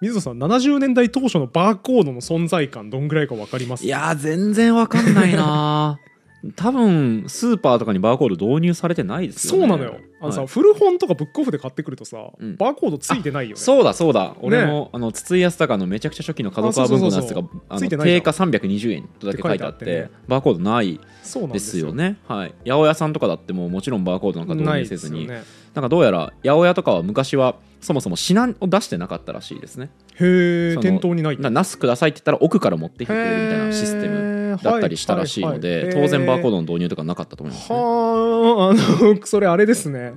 A: 水野さん70年代当初のバーコードの存在感どんぐらいか分かります
B: いやー全然わかんないな ー多分スーパーとかにバーコード導入されてないです
A: そう
B: よね
A: なのよあのさ、
B: はい
A: 古本とかブックオフで買ってくるとさ、
B: うん
A: バーコードついてないよね
B: そうだそうだ俺も、あの筒井康隆のめちゃくちゃ初期の角川文庫のやつ
A: あそう
B: が
A: そうそう
B: あ
A: つい
B: の
A: てないじゃん
B: 定価320円とだけ書いてあっ
A: って書いてあって
B: てバーコードない
A: そうなんで
B: ですす
A: よ
B: よねはい八百屋さんとかだってもうもちろんバーコードなんか導
A: ないで
B: 入せ
A: す
B: ず
A: よ
B: に
A: ね
B: なんかどうやら八百屋とかは昔はそもそも品を出してなかったらしいですね
A: へえ
B: その
A: 店頭にない
B: なナスくださいって言ったら奥から持ってきてくれるみたいなシステム
A: ム
B: だったりしたらしいので当然バーコードの導入とかなかったと思います、ね、
A: はああのそれあれですね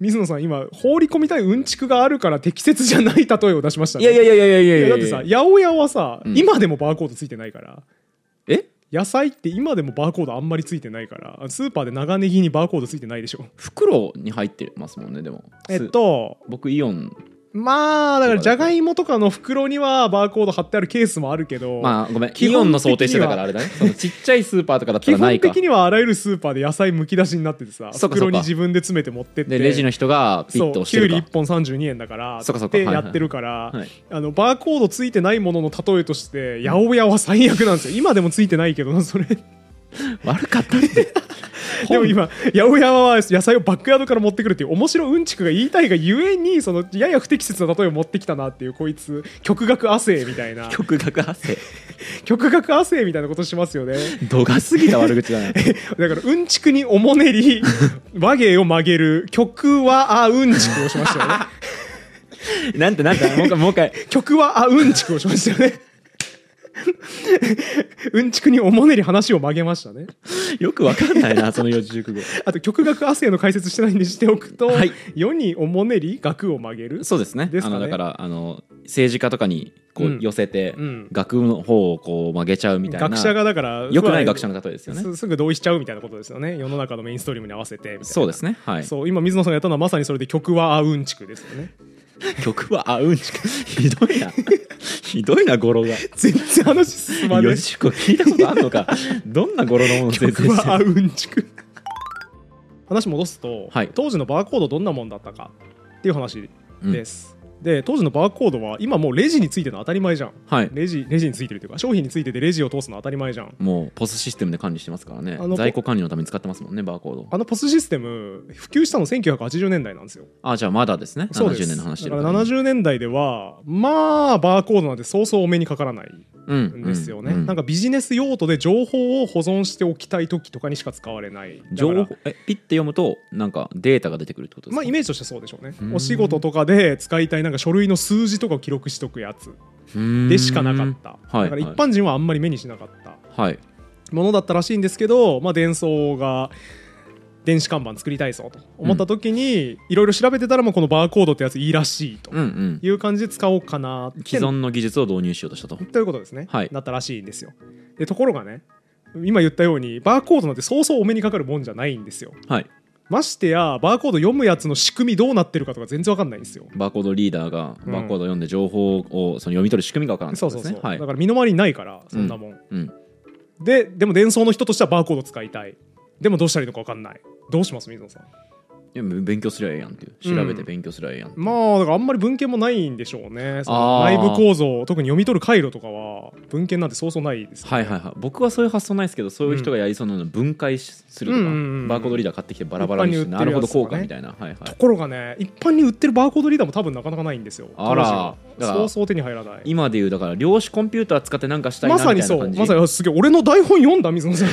A: 水野さん今放り込みたいうんちくがあるから適切じゃない例えを出しました
B: い
A: ね
B: やいやいやいやいやいや
A: いや
B: い
A: だ
B: や
A: ってさ八百屋はさ、
B: うん
A: 今でもバーコードついてないから
B: え
A: 野菜って今でもバーコードあんまりついてないからスーパーで長ネギにバーコードついてないでしょ
B: 袋に入ってますもんねでも
A: えっと
B: 僕イオン
A: まあだからじゃがいもとかの袋にはバーコード貼ってあるケースもあるけど、
B: まあごめん
A: 基本的に
B: イ
A: は
B: オンの想定してたからあれだねそのちっちゃいスーパーとかだった
A: 基
B: らな
A: 本
B: いか
A: 的にはあらゆるスーパーで野菜むき出しになっててさ
B: そうかそうか
A: 袋に自分で詰めて持ってって
B: でレジの人がピ
A: そ
B: ッ
A: う
B: と押し
A: キ
B: て
A: ュウ
B: る
A: リ
B: か
A: 1本32円だから
B: そうかそうか
A: って
B: はい
A: や
B: はい
A: ってるから
B: はい
A: あのバーコードついてないものの例えとして八百屋は最悪なんですよ今でもついてないけどなそれ
B: 悪かったって
A: でも今八百屋は野菜をバックヤードから持ってくるっていう面白うんちくが言いたいがゆえにそのやや不適切な例えを持ってきたなっていうこいつ極額亜生みたい な
B: 極額発生
A: 極額亜生みたいなことしますよね
B: 度が過ぎた悪口だね
A: だからうんちくにおもねり和芸を曲げる曲はあうんちくをしましたよね
B: なんてなんてもう一回もう一回
A: 曲はあうんちくをしましたよね うんちくにおもねり話を曲げましたね
B: よくわかんない なその四字熟語
A: あと極額亜生の解説してないんでしておくと、
B: はい
A: 世におもねり額を曲げる
B: そうですね
A: です
B: あ
A: かね
B: のだからあの政治家とかにこ
A: うん
B: う寄せて、
A: うん
B: 額の方をこう曲げちゃうみたいな
A: 学者がだから
B: よくない学者
A: の
B: の例えですよね
A: すすぐ同意しちゃうみたいなことですよね世の中のメインストリームに合わせてみたいな
B: そうですねはい
A: そう今水野さんがやったのはまさにそれで曲はあうんちくですよ ね
B: 曲はあうんちくひどいなひどいな語呂が
A: 全然話進まな
B: 四
A: い
B: 字熟語聞いたことある のかどんな語呂のものを全
A: 曲
B: 然し
A: は
B: て
A: あ
B: る
A: うんちく話戻すと、
B: はい
A: 当時のバーコードどんなもんだったかっていう話です、で当時のバーコードは今もうレジについてるの当たり前じゃん
B: はい
A: レジレジについてるというか商品についててレジを通すの当たり前じゃん
B: もうポスシステムで管理してますからね
A: あの
B: 在庫管理のために使ってますもんねバーコード
A: あのポスシステム普及したの1980年代なんですよ
B: あじゃあまだですね
A: そうです
B: 70年の話して
A: だか
B: る
A: ら
B: らね
A: 70年代ではまあバーコードなんてそうそうお目にかからない
B: うん
A: ですよね、
B: うん
A: なんかビジネス用途で情報を保存しておきたい時とかにしか使われないだから
B: 情報えピッて読むとなんかデータが出てくるってことです
A: ま
B: か、
A: あイメージとしてそうでしょうね
B: うん
A: お仕事とかで使いたいなんか書類の数字とかを記録しとくやつ
B: ー
A: でしかなかった
B: うん
A: だから一般人はあんまり目にしなかった
B: たはい
A: ものだったらしいんですけど、まあ、伝送が電子看板作りたいぞと思った時にいろいろ調べてたらもうこのバーコードってやついいらしいと
B: うんうん
A: いう感じで使おうかなって
B: 既存の技術を導入しようとしたと
A: ということですね、
B: はい
A: なったらしいんですよでところがね今言ったようにバーコードなんてそうそうお目にかかるもんじゃないんですよ
B: はい
A: ましてやバーコード読むやつの仕組みどうなってるかとか全然わかんないんですよ
B: バーコードリーダーが
A: うん
B: バーコードを読んで情報をその読み取る仕組みが分からんって
A: そ
B: こ
A: う
B: と
A: そう
B: で
A: そう、
B: すねはい
A: だから身の回りにないからそんなもん、
B: うん
A: ででも伝送の人としてはバーコード使いたいでもどうしたらいいのかわかんないどうします水野さん
B: いや勉強すりゃええやんっていう調べ
A: う
B: て
A: ん
B: 勉強すりゃええやん、
A: まあだからあんまり文献もないんでしょうねその
B: あ
A: 内
B: ー
A: 部構造特に読み取る回路とかは文献なんてそうそうないですよね
B: はいはいはい僕はそういう発想ないですけどそういう人がやりそうなの分解しすると
A: う
B: か、
A: んうんうん
B: バーコードリーダー買ってきてバラバラにして
A: 一般に売ってる
B: なる
A: や
B: ほ
A: つとかね
B: ど効果みたいな、はいはい
A: ところがね一般に売ってるバーコードリーダーも多分なかなかないんですよ
B: あら
A: 当時は
B: だから
A: そうそう手に入らない
B: 今でいうだから量子コンピューター使ってなんかしたいな
A: ま
B: みた
A: さにそ
B: いな
A: う
B: 感じ、
A: まさにあすげえ俺の台本読んだ水野さん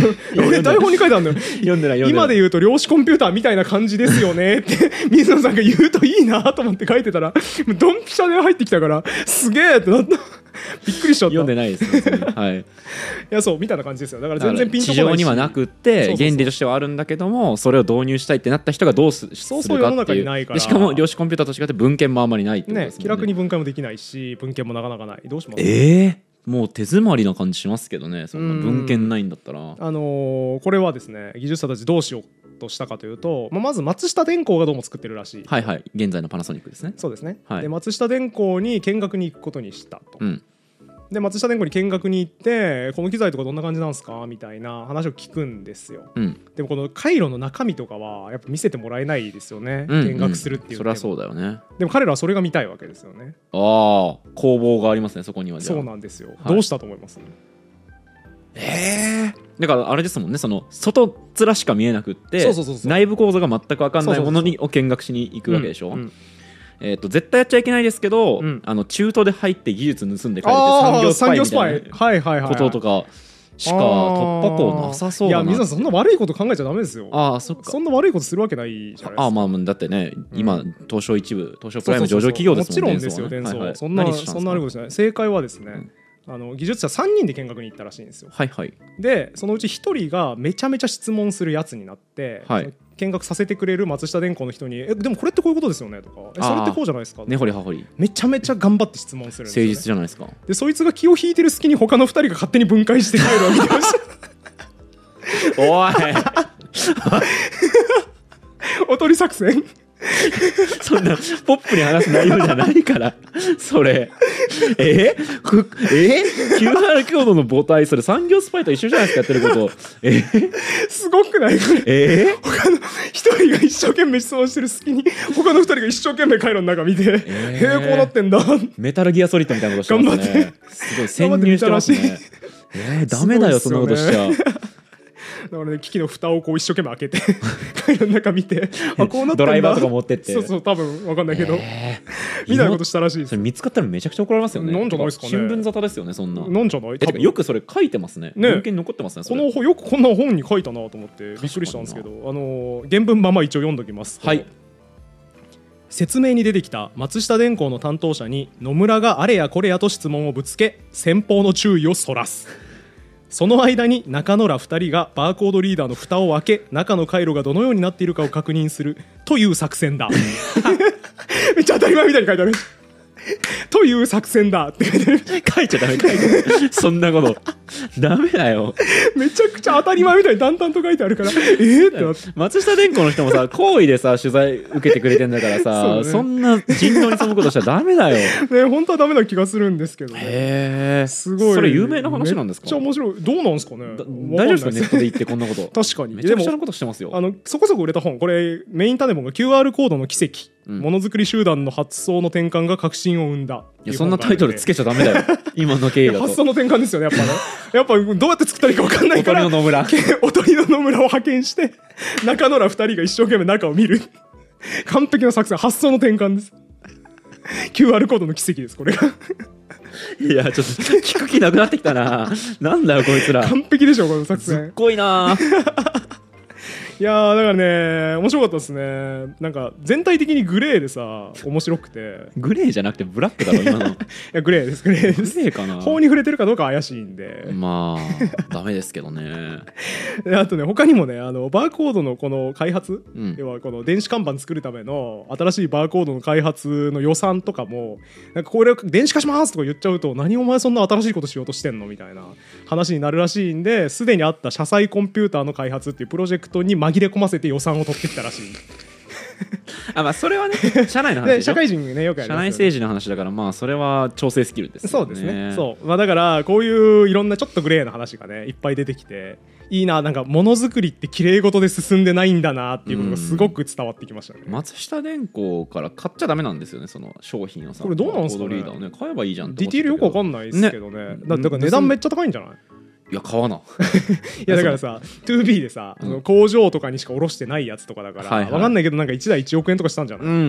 A: 俺台本に書いてあるんだよ
B: 読んでない 読んでない
A: 今で言うと量子コンピューターみたいな感じですよねって水野さんが言うといいなと思って書いてたらもうドンピシャで入ってきたからすげえってなったびっくりしちゃった
B: 読んで
A: い
B: ないですねそれ はい
A: やそうみたいな感じですよだから
B: だか
A: 全然
B: ら
A: ピンと
B: 地
A: こないし
B: 上にはなく
A: そう
B: っ
A: そう
B: て
A: そう
B: 原理としてはあるんだけどもそれを導入したいってなった人がどうすす
A: そうそう
B: るかって
A: 世の中
B: い
A: にないから
B: でしかも量子コンピューターと違って文献もあんまりないってことで
A: ね
B: すもん
A: 気楽に分解もできないし文献もなかなかないどうします
B: ええもう手詰まりな感じしますけどねそんな文献ないんだったら
A: あのーこれはですね技術者たちどうしようとしたかというと、まあ、まず松下電工がどうも作ってるらしい、
B: はいはい現在のパナソニックですね
A: そうですね、
B: はい
A: で松下電工に見学に行くことにしたと、
B: うん
A: で松下電工に見学に行ってこの機材とかどんな感じなんですかみたいな話を聞くんですよ
B: うん
A: でもこの回路の中身とかはやっぱ見せてもらえないですよね、
B: うん
A: 見学するっていう
B: そ
A: の
B: り
A: は
B: ゃそうだよね
A: でも彼らはそれが見たいわけですよね
B: ああ工房がありますねそこにはじゃあ
A: そうなんですよ、
B: はい
A: どうしたと思います
B: ええだからあれですもんねその外面しか見えなくって
A: そうそうそうそう
B: 内部構造が全く分かん
A: そう
B: な
A: そうそ
B: い
A: う
B: ものにを見学しに行くわけでしょ、
A: うんうん
B: えー、と絶対やっちゃいけないですけど、
A: うん
B: あの中東で入って技術盗んで帰って
A: ああ
B: 産
A: 産
B: 業
A: 業
B: ス
A: ス
B: パ
A: パ
B: イみ
A: イ
B: たい
A: はいはいは
B: ないこととかしか
A: あ
B: 突
A: ー
B: 破口なさそうだ
A: いや
B: な
A: 水野さんそんな悪いこと考えちゃダメですよ
B: ああそっか
A: そんな悪いことするわけないじゃないですか
B: ああまあだってね、
A: うん
B: 今東証一部東証プライム上場企業ですもんね
A: もちろんですよ、
B: デ
A: 伝
B: ン
A: 送
B: ソーはねはいはい
A: そんな
B: 何した
A: そんなあること
B: です
A: じ
B: か
A: ゃない。正解はですね、あの技術者3人で見学に行ったらしいんですよ。
B: はいはい
A: で、そのうち1人がめちゃめちゃ質問するやつになって、
B: はい
A: その見学させてくれる松下電工の人に、え、でもこれってこういうことですよねとか、え
B: あー
A: それってこうじゃないですか、
B: 根掘り葉掘り
A: めちゃめちゃ頑張って質問するんです
B: 誠
A: よね、
B: 実じゃないですか
A: で、そいつが気を引いてる隙に他の2人が勝手に分解して帰るわけで
B: おい
A: おとり作戦
B: そんなポップに話す内容じゃないからそれえふえ QR コードの母体それ産業スパイと一緒じゃないですかやってることえ
A: すごくないこれ。
B: え
A: 他の一人が一生懸命質問してる隙に他の二人が一生懸命回路の中見て、へえこうなってんだ
B: メタルギアソリッドみたいなことしてます
A: 頑張
B: ねすごい潜入してます
A: 頑張っ
B: ね
A: て
B: えー、ダメだよ
A: す
B: そんな
A: ご
B: こ
A: いっ
B: と
A: す
B: しちゃ
A: よだからね機器の蓋をこう一生懸命開けて 回路の中見 てあこうなってんだ
B: ドライバーとか持ってって
A: そうそう多分わかんないけど、
B: えー
A: みたいなことしたらしいで
B: そ
A: す
B: れ見つかったらめちゃくちゃ怒られますよね
A: なんじゃないですかね
B: 新聞沙汰ですよねそんな
A: なんじゃない
B: え
A: 多
B: てか
A: 分
B: よくそれ書いてますね
A: ね
B: 文献に残ってますね
A: こ
B: それ
A: の本よくこんな本に書いたなと思ってびっくりしたんですけどあのー原文まま一応読んどきますと
B: はい
A: 説明に出てきた松下電工の担当者に野村があれやこれやと質問をぶつけ先方の注意をそらすその間に中野ら2人がバーコードリーダーの蓋を開け中の回路がどのようになっているかを確認するという作戦だめっちゃ当たり前みたいに書いてあるという作戦だって書いてある
B: 書いちゃ ダメ書いちゃダメそんなことダメだよ
A: めちゃくちゃ当たり前みたいに淡々と書いてあるからえー、ってなって
B: 松下電工の人も さ好意でさ取材受けてくれてんだから
A: そう
B: さ
A: ね
B: そ,、んな人道にそのことしたらダメだよへ
A: ね本当はダメな気がするんですけどね
B: え
A: すごい
B: それ有名な話なんですか
A: めっちゃ面白いどうなんですかね
B: だ
A: わかん
B: 大
A: ない
B: 丈夫ですかネットで言ってこんなこと
A: 確かに
B: めちゃくち
A: で
B: ゃな
A: も
B: ことしてますよ
A: あのそこそこ売れた本これメイン種本が QR コードの奇跡
B: うん
A: ものづくり集団の発想の転換が革新を生んだ
B: いやそんなタイトルつ
A: け
B: けちゃダメだよ今の経緯だ
A: 発想
B: と
A: の転換ですよねやっぱ ねやっぱどうやって作ったらいいか分かんない
B: おと
A: か
B: り
A: ら
B: の野村
A: おとりの野村を派遣して中野ら2人が一生懸命中を見る完璧な作戦発想の転換です QR コードの奇跡ですこれが
B: いやちょっと聞く気なくなってきた ななんだよこいつら
A: 完璧でしょこの作
B: す
A: 戦
B: っごいない
A: やーだからね面白かったですねなんか全体的にグレーでさ面白くて
B: グレーじゃなくてブラックだろ今の
A: いやグレーですグレー
B: グ
A: で
B: レ
A: す
B: ーかな
A: 法に触れてるかどうかは怪しいんで、
B: まあダメですけどね
A: であとね他にもねあのバーコードのこの開発、
B: うん
A: 要はこの電子看板作るための新しいバーコードの開発の予算とかもなんかこれ電子化しますとか言っちゃうと何お前そんな新しいことしようとしてんのみたいな話になるらしいんですでにあった車載コンピューターの開発っていうプロジェクトに紛れ込ませて予算を取ってきたらしい
B: あまあそれ はね社内の話
A: で
B: でしょ
A: 社会人ねよくやりま
B: 社
A: すよね
B: 内政治の話だからまあそれは調整スキルですよ
A: そうですね。そう。まあだから、こういういろんなちょっとグレーな話がね、いっぱい出てきて、いいな、なんかものづくりって綺麗事で進んでないんだなっていうことがすごく伝わってきましたね。
B: 松下電工から買っちゃダメなんですよねその商品をさ
A: これどうなんすかね
B: コードリーダーをね買えばいいじゃんっ
A: デ
B: て思
A: ィ
B: っ
A: ティー
B: てた
A: ルよくわかんないですけどね。だだから値段めっちゃ高いんじゃない
B: いや買わない
A: いやだからさ、2B でさ、あの工場とかにしか卸してないやつとかだから、
B: はい
A: わ
B: はい
A: かんないけどなんか1台1億円とかしたんじゃな
B: う
A: んい
B: うんう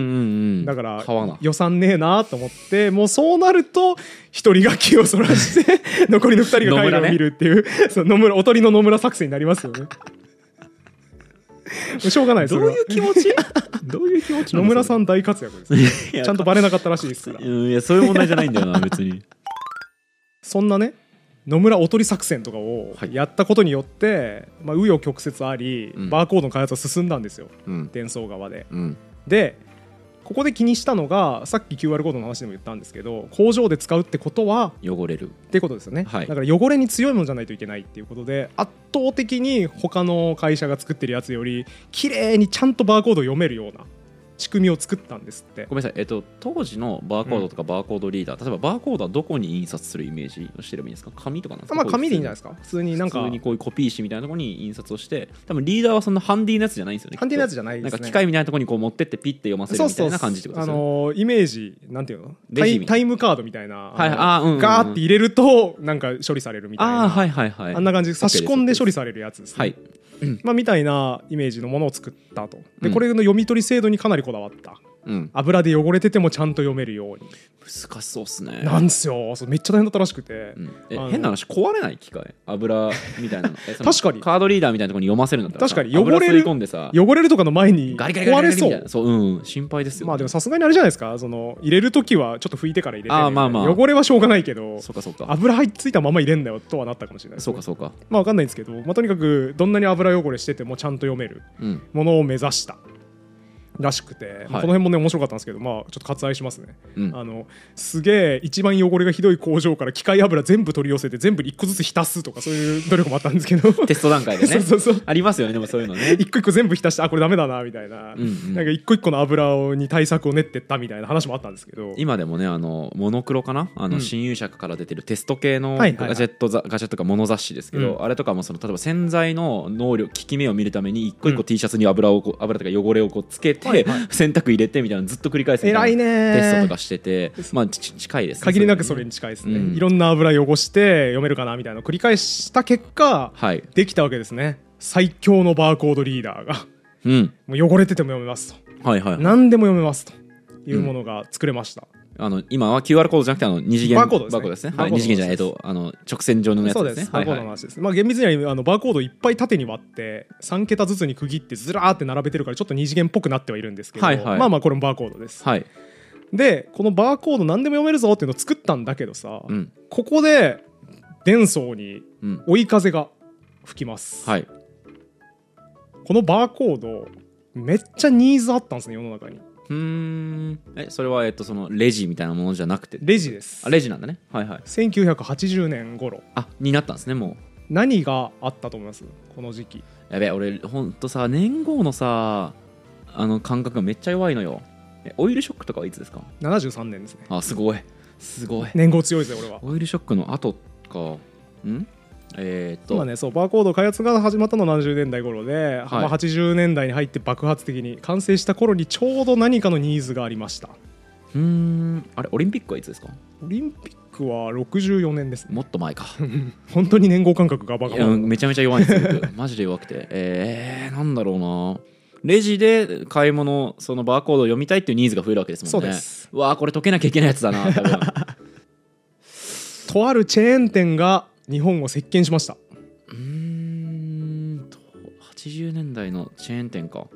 B: ん
A: だから
B: 買わない
A: 予算ねえなと思ってもうそうなると一人が気をそらして 残りの二人が回路を見るっていう そう野村おとりの野村作戦になります よねもうしょうがないです
B: どういう 気持ちどういう気持ち
A: 野村さ
B: ん
A: ん大活躍ですね ちゃんとバレなかったらしいですから
B: いやそういう問題じゃないんだよな 別に
A: そんなね野村おとり作戦とかを
B: はい
A: やったことによって、まあ、紆余曲折あり、
B: うん
A: バーコードの開発は進んだんですよ
B: うん
A: 伝送側で
B: うん
A: でここで気にしたのがさっき QR コードの話でも言ったんですけど工場で使うってことは
B: 汚れる
A: っていうことですよね、
B: はい
A: だから汚れに強いものじゃないといけないっていうことで圧倒的に他の会社が作ってるやつより綺麗にちゃんとバーコードを読めるような仕組みを作ったんですって
B: ごめんなさい、えっと、当時のバーコードとかバーコードリーダー、例えばバーコードはどこに印刷するイメージをしてればいいんですか紙とかなんですか
A: まあ紙でいいんじゃない
B: で
A: ですか普通になんか
B: 普通にこういうコピー紙みたいなところに印刷をして多分リーダーはそんなハンディなやつじゃないんですよね
A: ハンディのやつ
B: じ
A: じゃないで
B: ゃ
A: すね
B: なんか機械みたいなところにこう持ってってピッて読ませるみたいな感じってことで
A: あ
B: すよね
A: のイメージなんていうの
B: レ
A: タ
B: ジみ
A: イ
B: た
A: タイムカードみたいな、
B: はい
A: あの
B: あうんうんうん
A: ガーって入れるとなんか処理されるみたい
B: あ
A: な
B: あはいはいはい
A: あんな感じで差し込んで処
B: 理
A: 理されるやつですね、
B: はい
A: まあ、みたいなイメージのものを作ったとで
B: うん
A: これの読み取り精度にかなりこだわった
B: うん
A: 油で汚れててもちゃんと読めるように、
B: 難しそうっすね
A: なんですよそうめっちゃ大変だったらしくて、
B: うんえ
A: あの
B: 変な話壊れない機械油み たいなのえその
A: 確かに
B: カードリーダーみたいなところに読ませるんだったらさ
A: 確かに汚れる
B: 油吸い込んでさ
A: 汚れるとかの前に
B: ガリガリガ
A: 壊れ
B: リガリみ
A: そ
B: たいうなそううん心配ですよね
A: まあでもさすがにあれじゃないですかその入れる時はちょっと拭いてから入れて
B: あーまあまあ
A: 汚れはしょうがないけど
B: そうかそうか
A: 油入っついたまま入れんだよとはなったかもしれないです
B: そうかそうか
A: まあわかんないんですけど、まあ、とにかくどんなに油汚れしててもちゃんと読める
B: うん
A: ものを目指したらしくて、まあ
B: はい
A: この辺もね面白かったんですけどまあちょっと割愛しますね、
B: うん
A: あのすげえ一番汚れがひどい工場から機械油全部取り寄せて全部一個ずつ浸すとかそういう努力もあったんですけ ど
B: テスト段階 で
A: そう
B: ね
A: そうそう
B: ありますよねでもそういうのね
A: 一個一個全部浸してあこれダメだなみたいな、
B: うんうん
A: なんか一個一個の油をに対策を練ってったみたいな話もあったんですけど
B: 今でもねあのモノクロかなあ
A: う
B: の、
A: ん
B: 新勇者から出てるテスト系の
A: はいはいはい
B: ガジェットざ、ガジェットとかモノ雑誌ですけど、
A: う
B: あれとかもその例えば洗剤の能力効き目を見るために一個一
A: う
B: 個
A: ん
B: T シャツに油をこう油とか汚れをこうつけて、
A: はいは
B: 洗濯入れてみたいなのずっと繰り返すみた
A: 偉いねー
B: テストとかしててまあち近いですね
A: 限りなくそ
B: れ
A: れ
B: ね
A: に近いですね、
B: うん
A: いろんな油汚して読めるかなみたいなのを繰り返した結果
B: はい
A: できたわけですね最強のバーコードリーダーが
B: うん
A: もう汚れてても読めますと
B: はいはいはい
A: 何でも読めますというものが作れました、
B: あの今は QR コードじゃなくてあの二次元
A: バーコードですね
B: はい、
A: バーコードの
B: 二次元じゃないえっとあの直線上のやつ
A: そう
B: で
A: です
B: すね
A: バ
B: は
A: ー
B: い
A: コー
B: は
A: ドの
B: い
A: 話です、まあ、厳密にはあのバーコードをいっぱい縦に割って3桁ずつに区切ってずらーって並べてるからちょっと二次元っぽくなってはいるんですけど、
B: はいはい
A: まあまあこれもバーコードです、
B: はい
A: でこのバーコード何でも読めるぞっていうのを作ったんだけどさ、
B: うん
A: ここで伝送に
B: うん
A: 追い風が吹きます、
B: はい
A: このバーコードめっちゃニーズあったんですね世の中に
B: うーんえそれはえっとそのレジみたいなものじゃなくて
A: レジです
B: あレジなんだねはいはい
A: 1980年頃
B: あになったんですねも
A: 何があったと思いますこの時期
B: うやべえ俺ほんとさ年号のさあの感覚がめっちゃ弱いのよえオイルショックとかはいつですか
A: 73年ですね
B: あすごいすごい
A: 年号強いぜ俺は
B: オイルショックの後かんえー、っと、
A: 今ねそうバーコード開発が始まったのは70年代頃で、まあ80年代に入って爆発的に完成した頃にちょうど何かのニーズがありました
B: うーんあれオリンピックはいつですか
A: オリンピックは64年ですね
B: もっと前か
A: 本当に年号感覚がバカ
B: いや
A: バカ
B: めちゃめちゃ弱いんです よ僕マジで弱くてえー、なんだろうなレジで買い物そのバーコードを読みたいっていうニーズが増えるわけですもんね
A: そうです
B: わあこれ解けなきゃいけないやつ だな多分
A: とあるチェーン店が日本を席巻しました
B: うーんと80年代のチェーン店か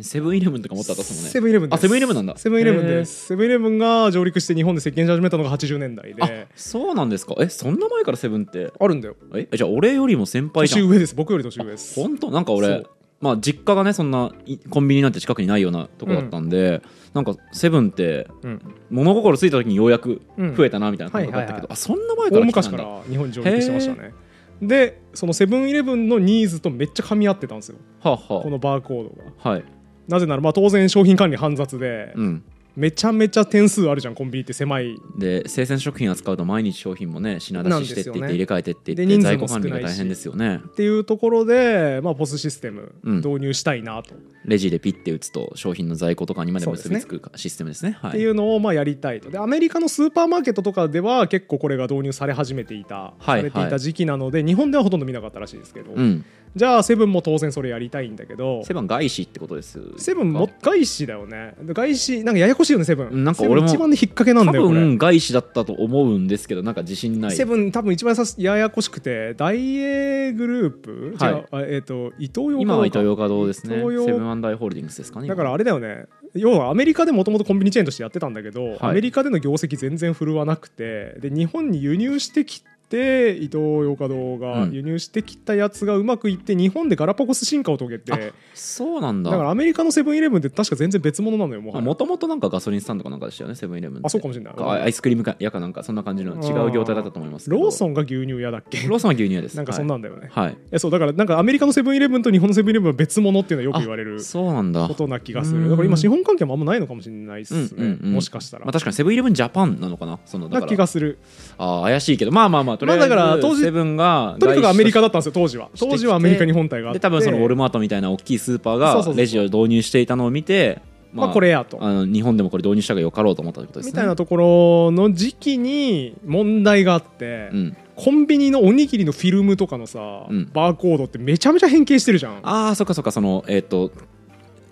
B: セブンイレブンとかもっとあったっすもんね
A: セブンイレブンです
B: あセブンイレブンなんだ
A: セブンイレブンですセブンイレブンが上陸して日本で席巻し始めたのが80年代
B: へーあ
A: で
B: そうなんですかえそんな前からセブンって
A: あるんだよ
B: えじゃあ俺よりも先輩じゃ
A: 年
B: ん
A: 上です僕より年上です
B: 本当なんか
A: そ
B: 俺
A: う
B: まあ実家がねそんないコンビニなんて近くにないようなとこだったんで、なんかセブンって
A: うん
B: 物心ついた時にようやく
A: うん
B: 増えたなみたいな感覚だ
A: はい
B: っ
A: はいは
B: たけ
A: い
B: ど、あそんな前か
A: 大
B: ら来た
A: 昔
B: ん
A: か
B: だ
A: ら日本に上陸してましたねでそのセブンイレブンのニーズとめっちゃ噛み合ってたんですよ
B: はあ
A: こ
B: は
A: のバーコードが
B: あはい
A: なぜならまあ当然商品管理煩雑で、
B: うん
A: めちゃめちゃ点数あるじゃんコンビニって狭い
B: で生鮮食品扱うと毎日商品もね品出ししてって言って
A: なんですよね
B: 入れ替えてって言
A: で
B: って
A: 人数
B: 在
A: も
B: 庫
A: 少な
B: 管
A: いし
B: 理が大変ですよね
A: っていうところで、まあ、ポスシステム
B: うん
A: 導入したいなと、っ
B: レジでピッて打つと商品の在庫とかにまで結びつくかシステムですねは
A: て
B: い
A: いうのをまあやりたいとでアメリカのスーパーマーケットとかでは結構これが導入され始めていた、
B: はいはい
A: されていた時期なので日本ではほとんど見なかったらしいですけど、
B: うん
A: じゃあセブンも当然それやりたいんだけど
B: セブン外資ってことです
A: セブンも外資だよね外資なんかややこしいよねセブン
B: なんか俺も
A: セブン一番で引っ掛けな
B: 多
A: んだよこれ
B: 分外資だったと思うんですけどなんか自信ない
A: セブン多分一番さややこしくて大英グループ、
B: はい
A: 違うあえっ、と伊東洋華
B: 今はイトーヨーカドーですね
A: イトーヨー
B: セブンアンダイホールディングスですかね
A: だからあれだよね要はアメリカでもともとコンビニチェーンとしてやってたんだけど、
B: い
A: アメリカでの業績全然振るわなくてで日本に輸入してきって伊東洋華堂が
B: うん
A: 輸入してきたやつがうまくいって日本でガラパゴス進化を遂げて
B: あそうなん
A: だから
B: だ
A: アメリカのセブンイレブンって確か全然別物なのよもはや
B: もともとなんかガソリンスタンドかなんかでしたよねセブンイレブンって
A: あそうかもしれない
B: あアイスクリームかやかなんかそんな感じの違う業態だったと思いますけど
A: ローソンが牛乳屋だっけ
B: ローソンは牛乳屋です
A: なんかそんなんだよね、
B: はい、はい
A: えそうだからなんかアメリカのセブンイレブンと日本のセブンイレブンは別物っていうのはよく言われる
B: そうなんだ
A: ことな気がす
B: う
A: る
B: ん
A: だから今資本関係もあんまないのかもしれないですね、
B: うんうんうん
A: もしかしたら、
B: まあ、確かにセブンイレブンジャパンなのかなそのだ
A: な
B: か
A: 気
B: ら
A: がする
B: あー怪しいけどまあまあまあとりあえず、
A: まあだから当時
B: セブンが
A: とにかくアメリカだ
B: だ
A: ったんですよ当時は
B: してきて
A: 当時はアメリカに本体があって
B: で多分そのウォルマートみたいな大きいスーパ
A: そう
B: ー
A: そうそ
B: が
A: う
B: レジを導入していたのを見て
A: まあこれやと
B: あの日本でもこれ導入した方がよかろうと思ったってことですね
A: みたいなところの時期に問題があって、
B: うん、
A: コンビニのおにぎりのフィルムとかのさ、
B: うん
A: バーコードってめちゃめちゃ変形してるじゃん
B: ああそっかそっかそのえっ、と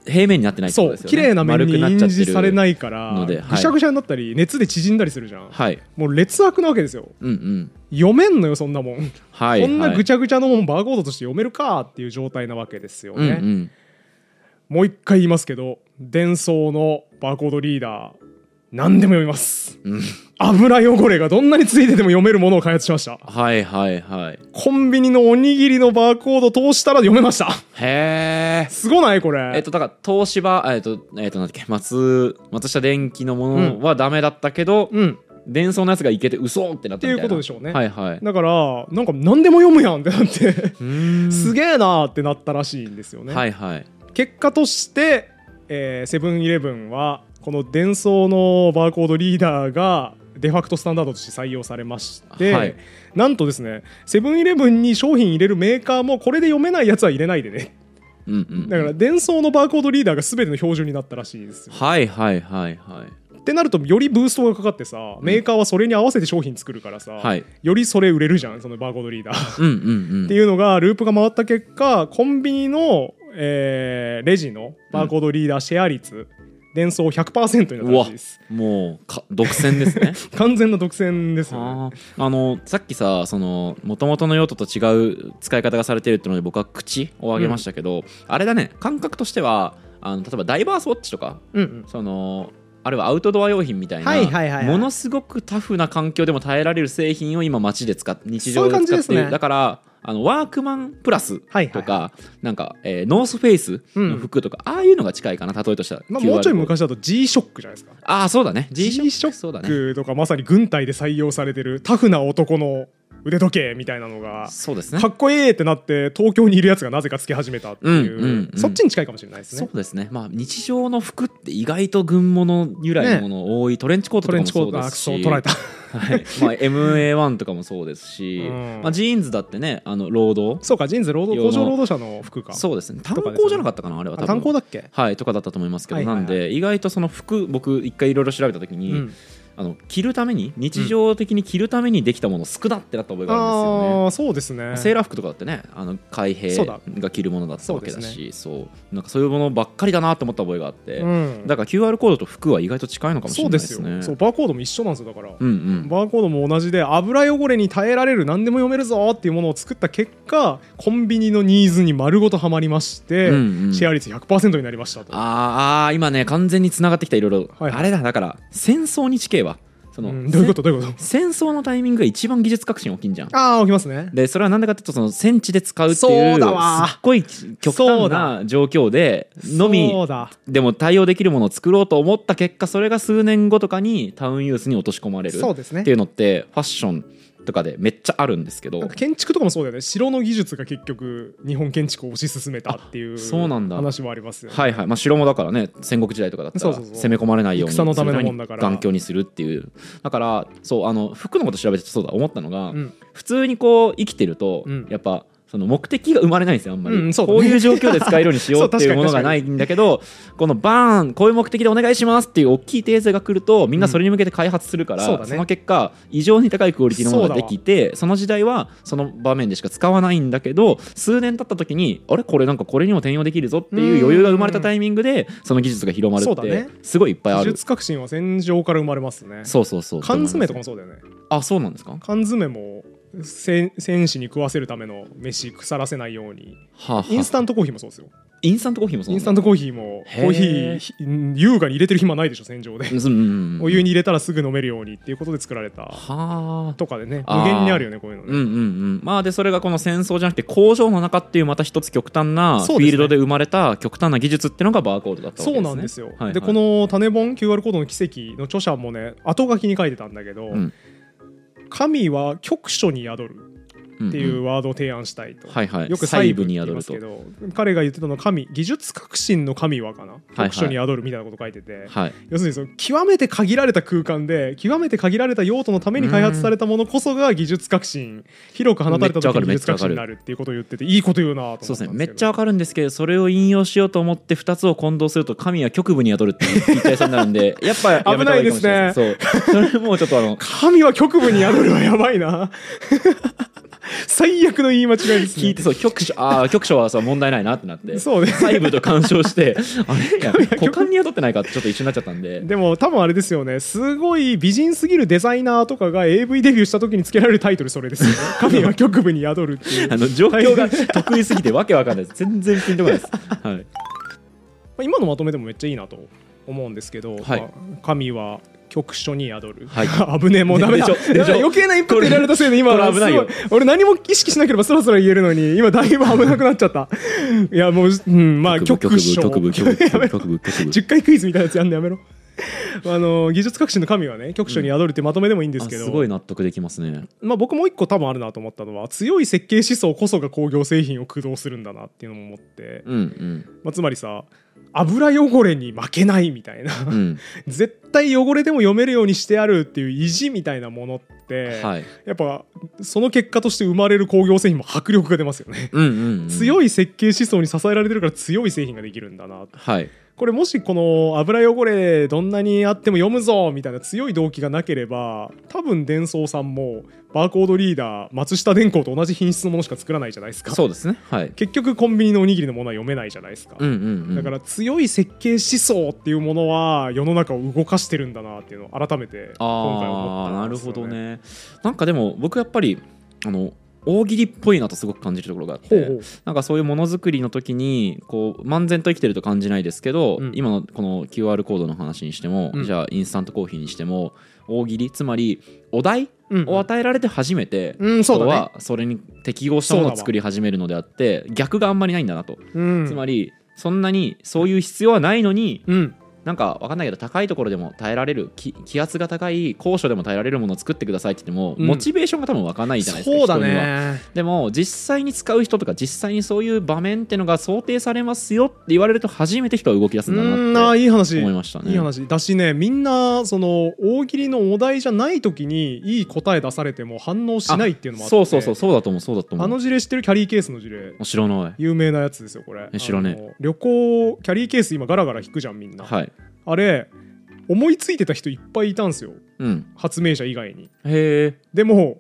B: 平面になってないって
A: そ
B: こと
A: う
B: ですよね
A: 綺麗な面
B: 丸
A: に
B: くなっ
A: 印
B: ちゃって
A: 字
B: る
A: されないから
B: のではい
A: ぐしゃぐしゃになったり熱で縮んだりするじゃん、
B: はい
A: もう劣悪なわけですよ
B: うんうん
A: 読めんのよそんなもん、
B: はい
A: こんなぐ
B: ち
A: ちゃぐちゃのもんバーコードとして読めるかっていう状態なわけですよね、
B: うんうん
A: もう一回言いますけど伝送のバーコードリーダー何でも読みます
B: うん
A: 油汚れがどんなについてても読めるものを開発しました
B: はいはいはい
A: コンビニのおにぎりのバーコード通したら読めました
B: へえ
A: すごないこれ、
B: えっと、だから東芝、えっと、えっと、なんだっけ、松、松下電機のものはダメだったけど、
A: うん
B: 伝送のやつがいけて嘘ってなったみたいな。
A: っていうことでしょうね
B: はいはい。
A: だからなんか何でも読むやんってなって
B: うーん
A: すげえなーってなったらしいんですよね、
B: はいはい。
A: 結果としてえーセブンイレブンはこの伝送のバーコードリーダーがデファクトスタンダードとして採用されまして、
B: はい
A: なんとですねセブンイレブンに商品入れるメーカーもこれで読めないやつは入れないでね
B: うんうん。
A: だから伝送のバーコードリーダーが全ての標準になったらしいですよ
B: はいはいはいは
A: ってなるとよりブーストがかかってさメーカーはそれに合わせて商品作るからさ、
B: い。はい。
A: よりそれ売れるじゃんそのバーコードリーダー
B: うんうんうん。
A: っていうのがループが回った結果コンビニの、えーレジのバーコードリーダーシェア率、伝送100%になったらしいです
B: もうか独占ですね
A: 完全な独占ですよね
B: あーあのさっきさその元々の用途と違う使い方がされてるってので僕は口を挙げましたけど、あれだね感覚としてはあの例えばダイバースウォッチとか
A: うんうん
B: そのあるいはアウトドア用品みたいな、
A: はいはいはいはい
B: ものすごくタフな環境でも耐えられる製品を今街で使っ日
A: そ
B: 常で
A: ういう感じ
B: 使
A: で
B: っ
A: す
B: ている、
A: ね
B: だからあのワークマンプラスとか、
A: はいはい
B: なんか、えーノースフェイスの服とか、ああいうのが近いかな例えとしたら、
A: まあ、
B: QR
A: もうちょい昔だと G ショックじゃないですか
B: ああそうだね
A: G シ
B: G-SHOCK
A: ョ
B: そうだ
A: ッ
B: ね
A: クとかまさに軍隊で採用されてるタフな男の腕時計みたいなのが
B: そうですね
A: かっこええってなって東京にいるやつがなぜかつけ始めたっていう,、
B: うんうんうん
A: そっちに近いかもしれないです
B: そう
A: ね
B: ですねまあ日常の服って意外と軍物由来のもの多い、トレンチコー
A: ト
B: トとか
A: レンチ
B: も
A: コート
B: そうで
A: あ
B: すし
A: そう捉えた
B: はいまあ、MA1 とかもそうですし、
A: うん
B: まあ、ジーンズだってねあの労働
A: そうかジーンズ労働工場労働者の服か
B: そうですね炭
A: とかですよね
B: 鉱じゃなかったかなあれは多
A: あ
B: 分
A: 炭鉱だっけ、
B: はいとかだったと思いますけど、
A: はいはいはい
B: なんで意外とその服僕一回いろいろ調べた時に、
A: うん
B: あの着るために日常的に着るためにできたもの少なってなった覚えがあるんですよね
A: ああそうですね
B: セーラー服とかだってねあの開
A: そ
B: 閉
A: うだ
B: が着るものだったわけだ
A: そう
B: しそう,、なんかそういうものばっかりだなと思った覚えがあって、
A: うん、
B: だから QR コードと服は意外と近いのかもし
A: そ
B: れ
A: う
B: な
A: で
B: いですす
A: よ
B: ね
A: そうバーコードも一緒なんですよだから、
B: うんうん
A: バーコードも同じで油汚れに耐えられる何でも読めるぞっていうものを作った結果コンビニのニーズに丸ごとはまりまして、
B: うんうん
A: シェア率100%になりましたと
B: あーあー今ね完全に繋がってきたいろいろ
A: はい
B: あれだだから戦争に地形はその、
A: うんどういうことどういうこと
B: 戦争のタイミングが一番技術革新大きいんじゃん
A: ああ起きますね
B: でそれはなんでかっていうとその戦地で使うってい
A: そううだわ
B: すっごい極
A: そう
B: 端
A: だ
B: な状況でのみ
A: そうだ
B: でも対応できるものを作ろうと思った結果それが数年後とかにタウンユースに落とし込まれる
A: そうですね
B: っていうのってファッションとかでめっちゃあるんですけど
A: なんか建築とかもそうだよね城の技術が結局日本建築を推し進めたっていう
B: あそうなんだ
A: 話もありますよね
B: はいはいまあ、城もだからね戦国時代とかだった
A: そう
B: ら
A: そうそう
B: 攻め込まれないように
A: 戦のためのもんだから
B: するために頑強にするっていうだからそうあの服のこと調べててそうだ思ったのが、
A: うん
B: 普通にこう生きてると、
A: うん
B: やっぱその目的が生まれないんですよあんまり、
A: うんそうだね
B: こういう状況で使えるようにしようってい
A: そう確か
B: う
A: に
B: ものがないんだけどこのバーンこういう目的でお願いしますっていう大きい訂正が来るとみんなそれに向けて開発するから、
A: うんそうだね
B: の結果異常に高いクオリティのものができてその時代はその場面でしか使わないんだけど数年経った時にあれこれなんかこれにも転用できるぞっていう余裕が生まれたタイミングでその技術が広まる
A: そう
B: っ
A: だ
B: て
A: ね
B: すごいいっぱいあ
A: 技
B: る
A: 術革新は戦場から生まれますね
B: そうそうそう
A: 缶詰とかもそうだよね
B: あそうなんですか
A: 缶詰も戦戦士に食わせるための飯腐らせないように
B: はあはあ
A: インスタントコーヒーもそうですよ
B: インスタントコーヒーもそう
A: イン
B: な
A: スタントコーヒーも
B: へー
A: コーヒーひ優雅に入れてる暇ないでしょ戦場で
B: ント、うんうんうん、
A: お湯に入れたらすぐ飲めるようにっていうことで作られた
B: はあ
A: とかでね
B: あー
A: 無限にあるよねこういうのね、
B: うんうんうんまあでそれがこの戦争じゃなくて工場の中っていうまた一つ極端なフ
A: そうですね
B: ィールドで生まれた極端な技術っていうのがバーコードだったわ
A: そ
B: けです
A: う
B: ね
A: なんですよ、
B: はいはい
A: でこの「種本 QR コードの奇跡」の著者もね後書きに書いてたんだけど、
B: うん
A: 神は局所に宿るってい
B: ん
A: ううワードを提案したいと、
B: はいはい
A: よく細
B: 細部
A: 部に宿
B: に宿
A: ま
B: る
A: す
B: と
A: けど彼が言ってたのは神技術革新の神はかな
B: はい
A: 局所に宿るみたいなこと書いてて、
B: うんはい
A: 要するにその極めて限られた空間で極めて限られた用途のために開発されたものこそが技術革新広く放たれた時に技
B: めっ
A: 術
B: ちゃ
A: 革新
B: わかる
A: になるっていうことを言ってていいこと言うなと思ったんです
B: そう
A: け
B: で
A: ど
B: すねめっちゃわかるんですけどそれを引用しようと思って2つを混同すると神は局部に宿るって言っちゃいそうになるんで やっぱやめた方がいいかもしれない
A: 危
B: そうそれもうちょっとあの
A: 神は局部に宿るはやばいな 最悪の言い間違いです
B: 聞い
A: ね
B: て そう局所ああ局所はさ問題ないなってなって
A: そうね
B: 細部と干渉して あれ股間に宿ってないかってちょっと一緒になっちゃったんで
A: でも多分あれですよねすごい美人すぎるデザイナーとかが AV デビューした時につけられるタイトルそれです よね神は局部に宿るっていう
B: あの状況が得意すぎてわけわかんないです全然ピンとこないです、はい、
A: まあ今のまとめでもめっちゃいいなと思うんですけど、
B: はい
A: まあ神は局所に宿る、
B: はい
A: 危ねえもうダメだ
B: でしょでしょ
A: ダメだ余計な一歩入れられたせいで今
B: これ危ないよ
A: すご俺何も意識しなければスラスラ言えるのに今だいぶ危なくなっちゃった いやもう、うん、まあ局所
B: 局部局部
A: や
B: 局
A: め
B: 部
A: ろ
B: 局部局 部
A: 10回クイズみたいなやつやんのやめろあの技術革新の神はね局所に宿るってまとめでもいいんです
B: あ
A: けど、
B: すごい納得できますね
A: まあ、僕もう一個多分あるなと思ったのは強い設計思想こそが工業製品を駆動するんだなっていうのも思って、
B: うん
A: まあ、つまりさ油汚れに負けないみたいな、
B: うん うん
A: 絶対汚れでも読めるようにしてあるっていう意地みたいなものって、
B: はい
A: やっぱその結果として生まれる工業製品も迫力が出ますよね。
B: うんうんうん
A: 強い設計思想に支えられてるから強い製品ができるんだな
B: はい
A: これもしこの油汚れどんなにあっても読むぞみたいな強い動機がなければ多分伝送さんもバーコードリーダー松下電工と同じ品質のものしか作らないじゃないですか
B: そうですねはい
A: 結局コンビニのおにぎりのものは読めないじゃないですか、
B: うんうんうん
A: だから強い設計思想っていうものは世の中を動かしてるんだなっていうのを改めて今回思
B: あ
A: っ
B: あ
A: た
B: なん
A: で
B: る
A: す
B: ほ
A: よ、
B: どねなんかでも僕やっぱりあの大喜利っぽいなとすごく感じるところがあって
A: ほうほう
B: なんかそういうものづくりの時にこう漫然と生きてると感じないですけど、
A: うん
B: 今のこの QR コードの話にしても、
A: うん
B: じゃあインスタントコーヒーにしても大喜利つまりお題
A: うん
B: を与えられて初めて、
A: うんそうだね
B: 人はそれに適合したものを作り始めるのであって逆があんまりないんだなと、
A: うん
B: つまりそんなにそういう必要はないのに
A: うん
B: なんかわかんないけど高いところでも耐えられる気気圧が高い高所でも耐えられるものを作ってくださいって言っても、
A: うん
B: モチベーションが多分湧かないじゃないですか
A: そうだ
B: 人には
A: ね
B: でも実際に使う人とか実際にそういう場面ってのが想定されますよって言われると初めて人は動き出すんだ
A: うんあ
B: なっ
A: ーいい話
B: て思いましたね
A: いい話だしねみんなその大喜利のお題じゃない時にいい答え出されても反応しないっていうのもあって
B: そうそうそうそうだと思うそうだと思
A: あ
B: う
A: の事例知ってるキャリーケースの事例
B: 知らない
A: 有名なやつですよこれ
B: え知らね
A: あ
B: え
A: の旅行キャリーケース今ガラガラ引くじゃんみんな、
B: はい
A: あれ思いついてた人いっぱいいたんですよ
B: うん
A: 発明者以外に
B: へえ
A: でも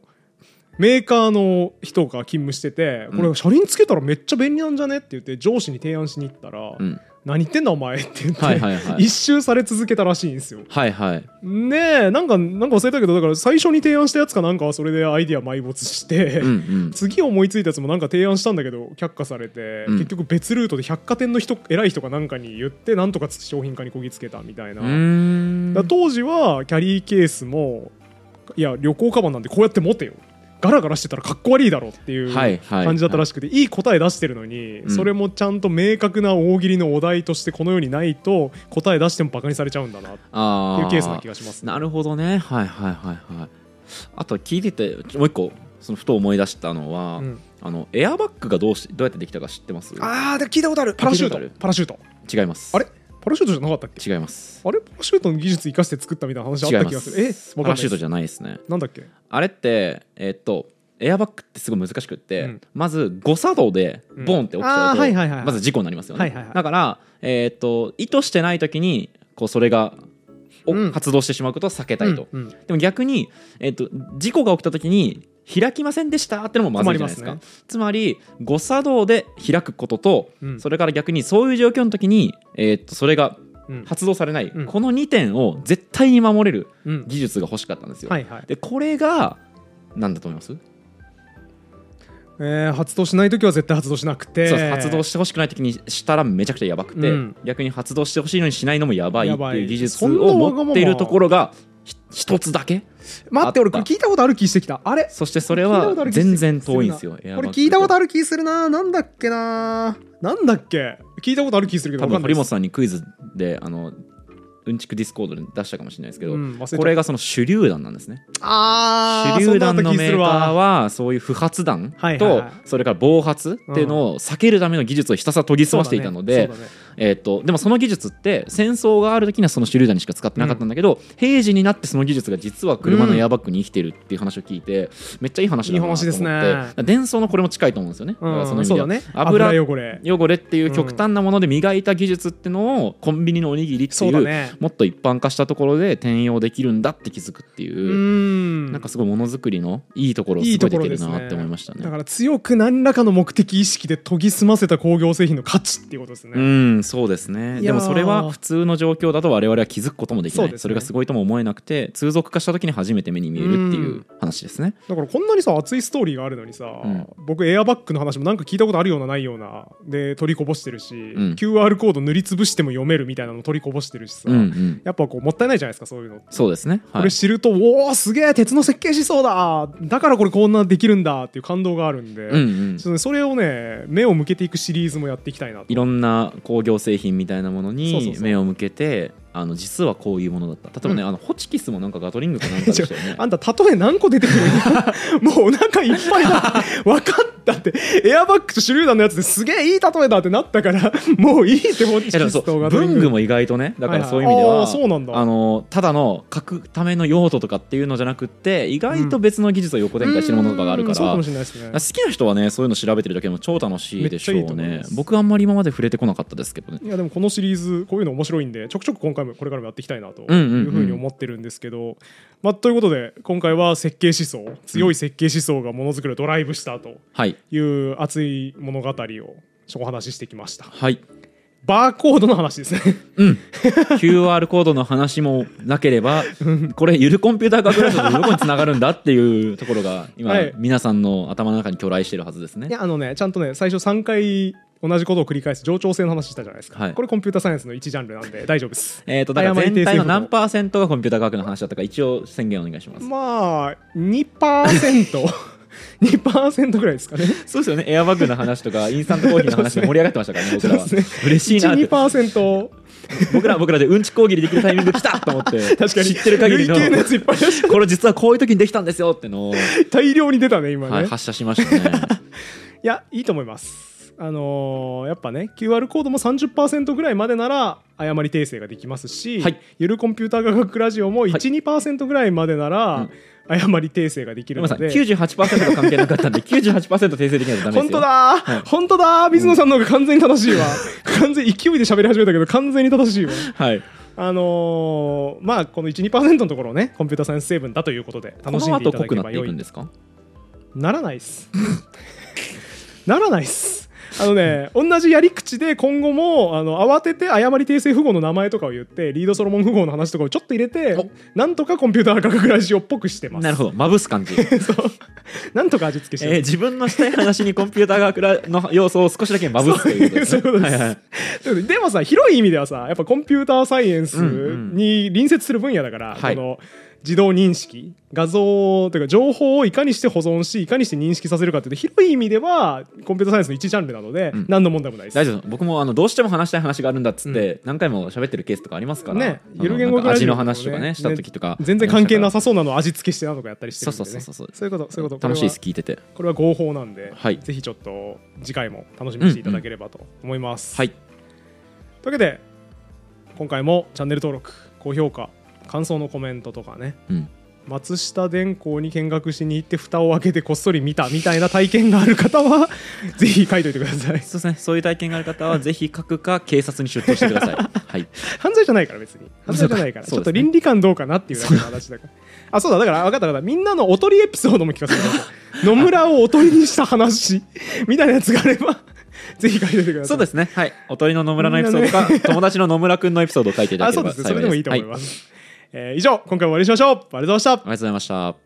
A: メーカーの人が勤務してて、
B: うん
A: これ車輪つけたらめっちゃ便利なんじゃねって言って上司に提案しに行ったら、
B: うん
A: 何言ってんだお前って言って、
B: はいはい はい
A: 一周され続けたらしいんですよ
B: はいはい
A: ねえなんかなんか忘れたけどだから最初に提案したやつかなんかはそれでアイディア埋没して、
B: うん うん
A: 次思いついたやつもなんか提案したんだけど却下されて、
B: うん
A: 結局別ルートで百貨店の人偉い人かなんかに言ってなんとか商品化にこぎつけたみたいな、
B: うーん
A: だから当時はキャリーケースもいや旅行カバンなんてこうやって持てよガラガラしてたらかっこ悪いだろっていう
B: はいはい
A: 感じだったらしくて、いい、答え出してるのに、
B: ん
A: それもちゃんと明確な大喜利のお題としてこの世にないと答え出してもバカにされちゃうんだなって
B: あ
A: い
B: ー
A: うケースな気がしますね
B: なるほどねはいはいはいはいあと聞いててちょもう一個そのふと思い出したのは、
A: うん
B: あのエアバッグがどうしどうやってできたか知ってます
A: ああで聞いたことあるパラシュ
B: 聞いたこと
A: ー
B: あ
A: トパラシュート
B: 違います
A: あれパラシュートじゃなかったっけ
B: 違います
A: あれパラシュートの技術生かして作ったみたいな話あっ
B: 違い
A: た
B: ま
A: 気が
B: す
A: するえわか
B: パ
A: ん
B: ラ
A: な
B: シュ
A: い
B: ートじゃないですね
A: なんだっけ
B: あれってえーっとエアバッグってすごい難しくって、
A: うん
B: まず誤作動で
A: うん
B: ボンって起きちゃう
A: あー
B: と、
A: はいはいはい
B: まず事故になりますよね、
A: はいはいはい
B: だから、えーっと意図してない時にこうそれが、お
A: うん
B: 発動してしまうことを避けたいと、
A: うんうん
B: でも逆に、えっと事故が起きた時に開きませんでしたってのもまずいじゃないですか
A: 困りま
B: つまり誤作動で開くことと、
A: うん
B: それから逆にそういう状況の時に、えっとそれが
A: うん
B: 発動されない、
A: うん
B: この2点を絶対に守れる
A: うん
B: 技術が欲しかったんですよ、
A: はいはい
B: でこれが何だと思います
A: えー発動しない時は絶対発動しなくて
B: そう発動してほしくない時にしたらめちゃくちゃやばくて、
A: うん
B: 逆に発動してほしいのにしないのもやばいって
A: やば
B: い
A: いう
B: 技術
A: そんなわがま
B: を
A: ま
B: 持っているところがひ一つだけ
A: 待って俺こ
B: あ
A: れ
B: った
A: 聞いたことある気してきたあれ
B: そしてそれ
A: 聞いた
B: は
A: ことある気する
B: 全然遠いんですよ
A: これ聞いたこと
B: ある
A: ある気するななんだっけななんだっけ聞いたことある気するけど
B: 多
A: わか
B: 分
A: んない
B: 堀
A: で
B: 本
A: す
B: さんにクイズであのうんちくディスコードで出したかもしれないですけど、
A: うん忘れちゃった
B: これがその手榴弾なんですね
A: あ
B: 手
A: ー
B: 榴弾の
A: そんな
B: メー
A: 気す
B: カー
A: るわ
B: はそういう不発弾
A: はいはい
B: と
A: はい
B: それから暴発っていうのを避けるための技術をひたすら研ぎ澄ましていたので、
A: そうだね
B: えー、とでもその技術って戦争がある時にはその手榴弾にしか使ってなかったんだけど、平時になってその技術が実は車のエアバッグに生きてるっていう話を聞いて、めっちゃいい話だなと思って
A: いい話ですね
B: だから伝送のこれも近いと思うんですよね、
A: そうだ
B: だか
A: ねうん
B: らその意味
A: そう
B: で
A: だ
B: は
A: ね
B: 油
A: 油汚れ
B: 汚れっていう極端なもので磨いた技術ってのをコンビニのおにぎりって
A: そ
B: いうう
A: だね
B: もっと一般化したところで転用できるんだって気づくっていうう、
A: ん
B: なんかすごいものづくりのいいところを
A: い
B: す
A: い
B: ご
A: と
B: い出
A: こ
B: て
A: ろ
B: る
A: です
B: な
A: ね
B: って思いましたね
A: だから強く何らかの目的意識で研ぎ澄ませた工業製品の価値っていうことですね、
B: うんそうですね
A: いや
B: で
A: ー
B: もそれは普通の状況だと我々は気づくこともできな
A: そ
B: いうそ,、
A: ですね
B: れがすごいとも思えなくて通俗化した時に初めて目に見えるっていう話ですね、
A: だからこんなにさ熱いストーリーがあるのにさ、
B: うん
A: 僕エアバッグの話もなんか聞いたことあるようなないようなで取りこぼしてるし、
B: ん
A: QR コード塗りつぶしても読めるみたいなの取りこぼしてるしさ、
B: うんうん
A: やっぱこうもったいないじゃないですかそういうのって。
B: そうですね
A: こ
B: はい
A: れ知ると、おおすげえ鉄の設計思想だだからこれこんなできるんだっていう感動があるんで、
B: うんうん
A: ちょっとねそれをね目を向けていくシリーズもやっていきたいなと
B: いろんな工業製品みたいなも
A: そう
B: の
A: そう
B: に
A: そう
B: 目を向けてあの実はこういうものだった例えばね、あのホチキスもなんかガトリングかなんかでしたよ ね
A: あんた例え何個出てくる もうお腹いっぱいだ分かったってエアバッグと手榴弾のやつですげえいい例えだってなったからもういいってホ
B: い
A: チ
B: やでも
A: キ
B: そ
A: スと
B: う
A: ガトリン
B: 文
A: グ
B: 具も意外とねだからそういう意味で
A: はいはいあ
B: は
A: ーそうなんだ
B: あのただの書くための用途とかっていうのじゃなくって意外と別の技術を横展開してるものとかがあるか
A: うんそう
B: ら、
A: かもしれないですね
B: 好きな人はねそういうの調べてるだけでも超楽しいでしょう
A: めっちゃいいと思い
B: ね
A: ます
B: 僕あんまり今まで触れてこなかったですけどね
A: いやでもこのシリーズこういうの面白いんでちょくちょく今回もこれからもやっていきたいなとい
B: うんうんうん
A: うふうに思ってるんですけど、まあ、ということで今回は設計思想強い設計思想がものづくりをドライブしたと
B: はい
A: いう熱い物語をちょっとお話ししてきました
B: はい
A: バーコードの話ですね
B: うん QR コードの話もなければこれゆるコンピューター学ラジオとどこにつながるんだっていうところが今、
A: はい
B: 皆さんの頭の中に巨来してるはずです
A: い
B: ね
A: やあのねちゃんとね最初3回同じことを繰り返す冗長性の話したじゃないですか、
B: はい
A: これコンピューターサイエンスの一ジャンルなんで大丈夫です
B: えー、とだから
A: 誤り訂正
B: 全体の
A: 不能
B: 何パーセントがコンピューター科学の話だったか一応宣言お願いします
A: まあ 2%2% 2%ぐらいですかね
B: そうですよねエアバッグの話とかインスタントコーヒーの話で盛り上がってましたから ね僕らは
A: そうです
B: 嬉しいなって
A: 12%
B: 僕らは僕らでうんちこうぎりできるタイミング来たと思っ
A: 確
B: て
A: かに
B: 知ってる 限りの
A: 累計のやついっぱい出し
B: これ実はこういう時にできたんですよってのを、
A: た大量に出たね今ね、
B: はい、
A: い、
B: 発射しました ね
A: やいいと思いますあのーやっぱね QR コードも30%ぐらいまでなら誤り訂正ができますし、
B: はい
A: ゆるコンピューター科学ラジオも12%ぐらいまでなら、誤り訂正ができ
B: ごめ
A: る
B: んな
A: の
B: さい
A: で
B: 98%が関係なかったんで98%訂正できないとダメですよ
A: 本当だー、本当だー水野さんの方が完全に正しいわ完全に勢いで喋り始めたけど完全に正しいわ
B: はい
A: あのーまあこの12%のところをねコンピューターサイエンス成分だということで
B: こ
A: 楽し
B: の
A: んでい
B: 後
A: ただ
B: 濃
A: け
B: く
A: れ
B: なっ
A: ば
B: てい
A: 良
B: く
A: い
B: んですか
A: ならないっす ならないっすあのね同じやり口で今後もあの慌てて誤り訂正符号の名前とかを言ってリードソロモン符号の話とかをちょっと入れてなんとかコンピューター科学ラジオっぽくしてます
B: なるほどまぶす 感じ、
A: なんとか味付けして
B: え
A: ま
B: ー
A: す、
B: 自分のしたい話にコンピューター学らの要素を少しだけまぶすということで す
A: そういうこ
B: ね
A: とです
B: はいは
A: とい
B: い
A: うことででもさ広い意味ではさやっぱコンピューターサイエンス
B: うんうん
A: に隣接する分野だから、
B: はい
A: この自動認識画像というか情報をいかにして保存しいかにして認識させるかっていうと広い意味ではコンピューターサイエンスの一ジャンルなので、
B: うん
A: 何の問題もないです
B: 大。丈夫です僕もあのどうしても話したい話があるんだっつって、何回も喋ってるケースとかありますから
A: ね
B: あの
A: ゆる言語
B: なんか
A: グラ
B: 味
A: ジオ
B: の
A: とかもね
B: 話とかねした時とか、
A: 全然関係な
B: さ
A: さそうなのを味付けしてなとかやったりしてるんで、ね、
B: そうそうそうそう
A: いうことそういうこと
B: 楽しいです
A: こ
B: 聞いてて
A: れはこれは合法なんで、
B: はい
A: ぜひちょっと次回も楽しみにしていただければと思います。
B: はい
A: というわけで今回もチャンネル登録高評価感想のコメントとかね
B: うん
A: 松下電工に見学しに行って蓋を開けてこっそり見たみたいな体験がある方はぜひ書いといてくださ い
B: そうですねそういう体験がある方 はぜひ書くか警察に出頭してくださいはい
A: 犯罪じゃないから別に犯罪じゃないから、
B: そうか
A: ちょっ
B: そ
A: と
B: うですね
A: 倫理観どうかなっていうだけの話だからあそうだだから分かった分かったみんなのおとりエピソードも聞かせてくださ い野村をおとりにした話みたいなやつがあればぜひ書いておいてください
B: そうですすね。はい。おとりの野村のエピソードか、友達の野村くんのエピソードを書いてい
A: あ
B: ただけ
A: そ
B: れ
A: うです
B: ば幸い
A: それでもいいと思い
B: は
A: ます、えー以上今回は終わりにしましょうありがとうございました
B: ありがとうございました。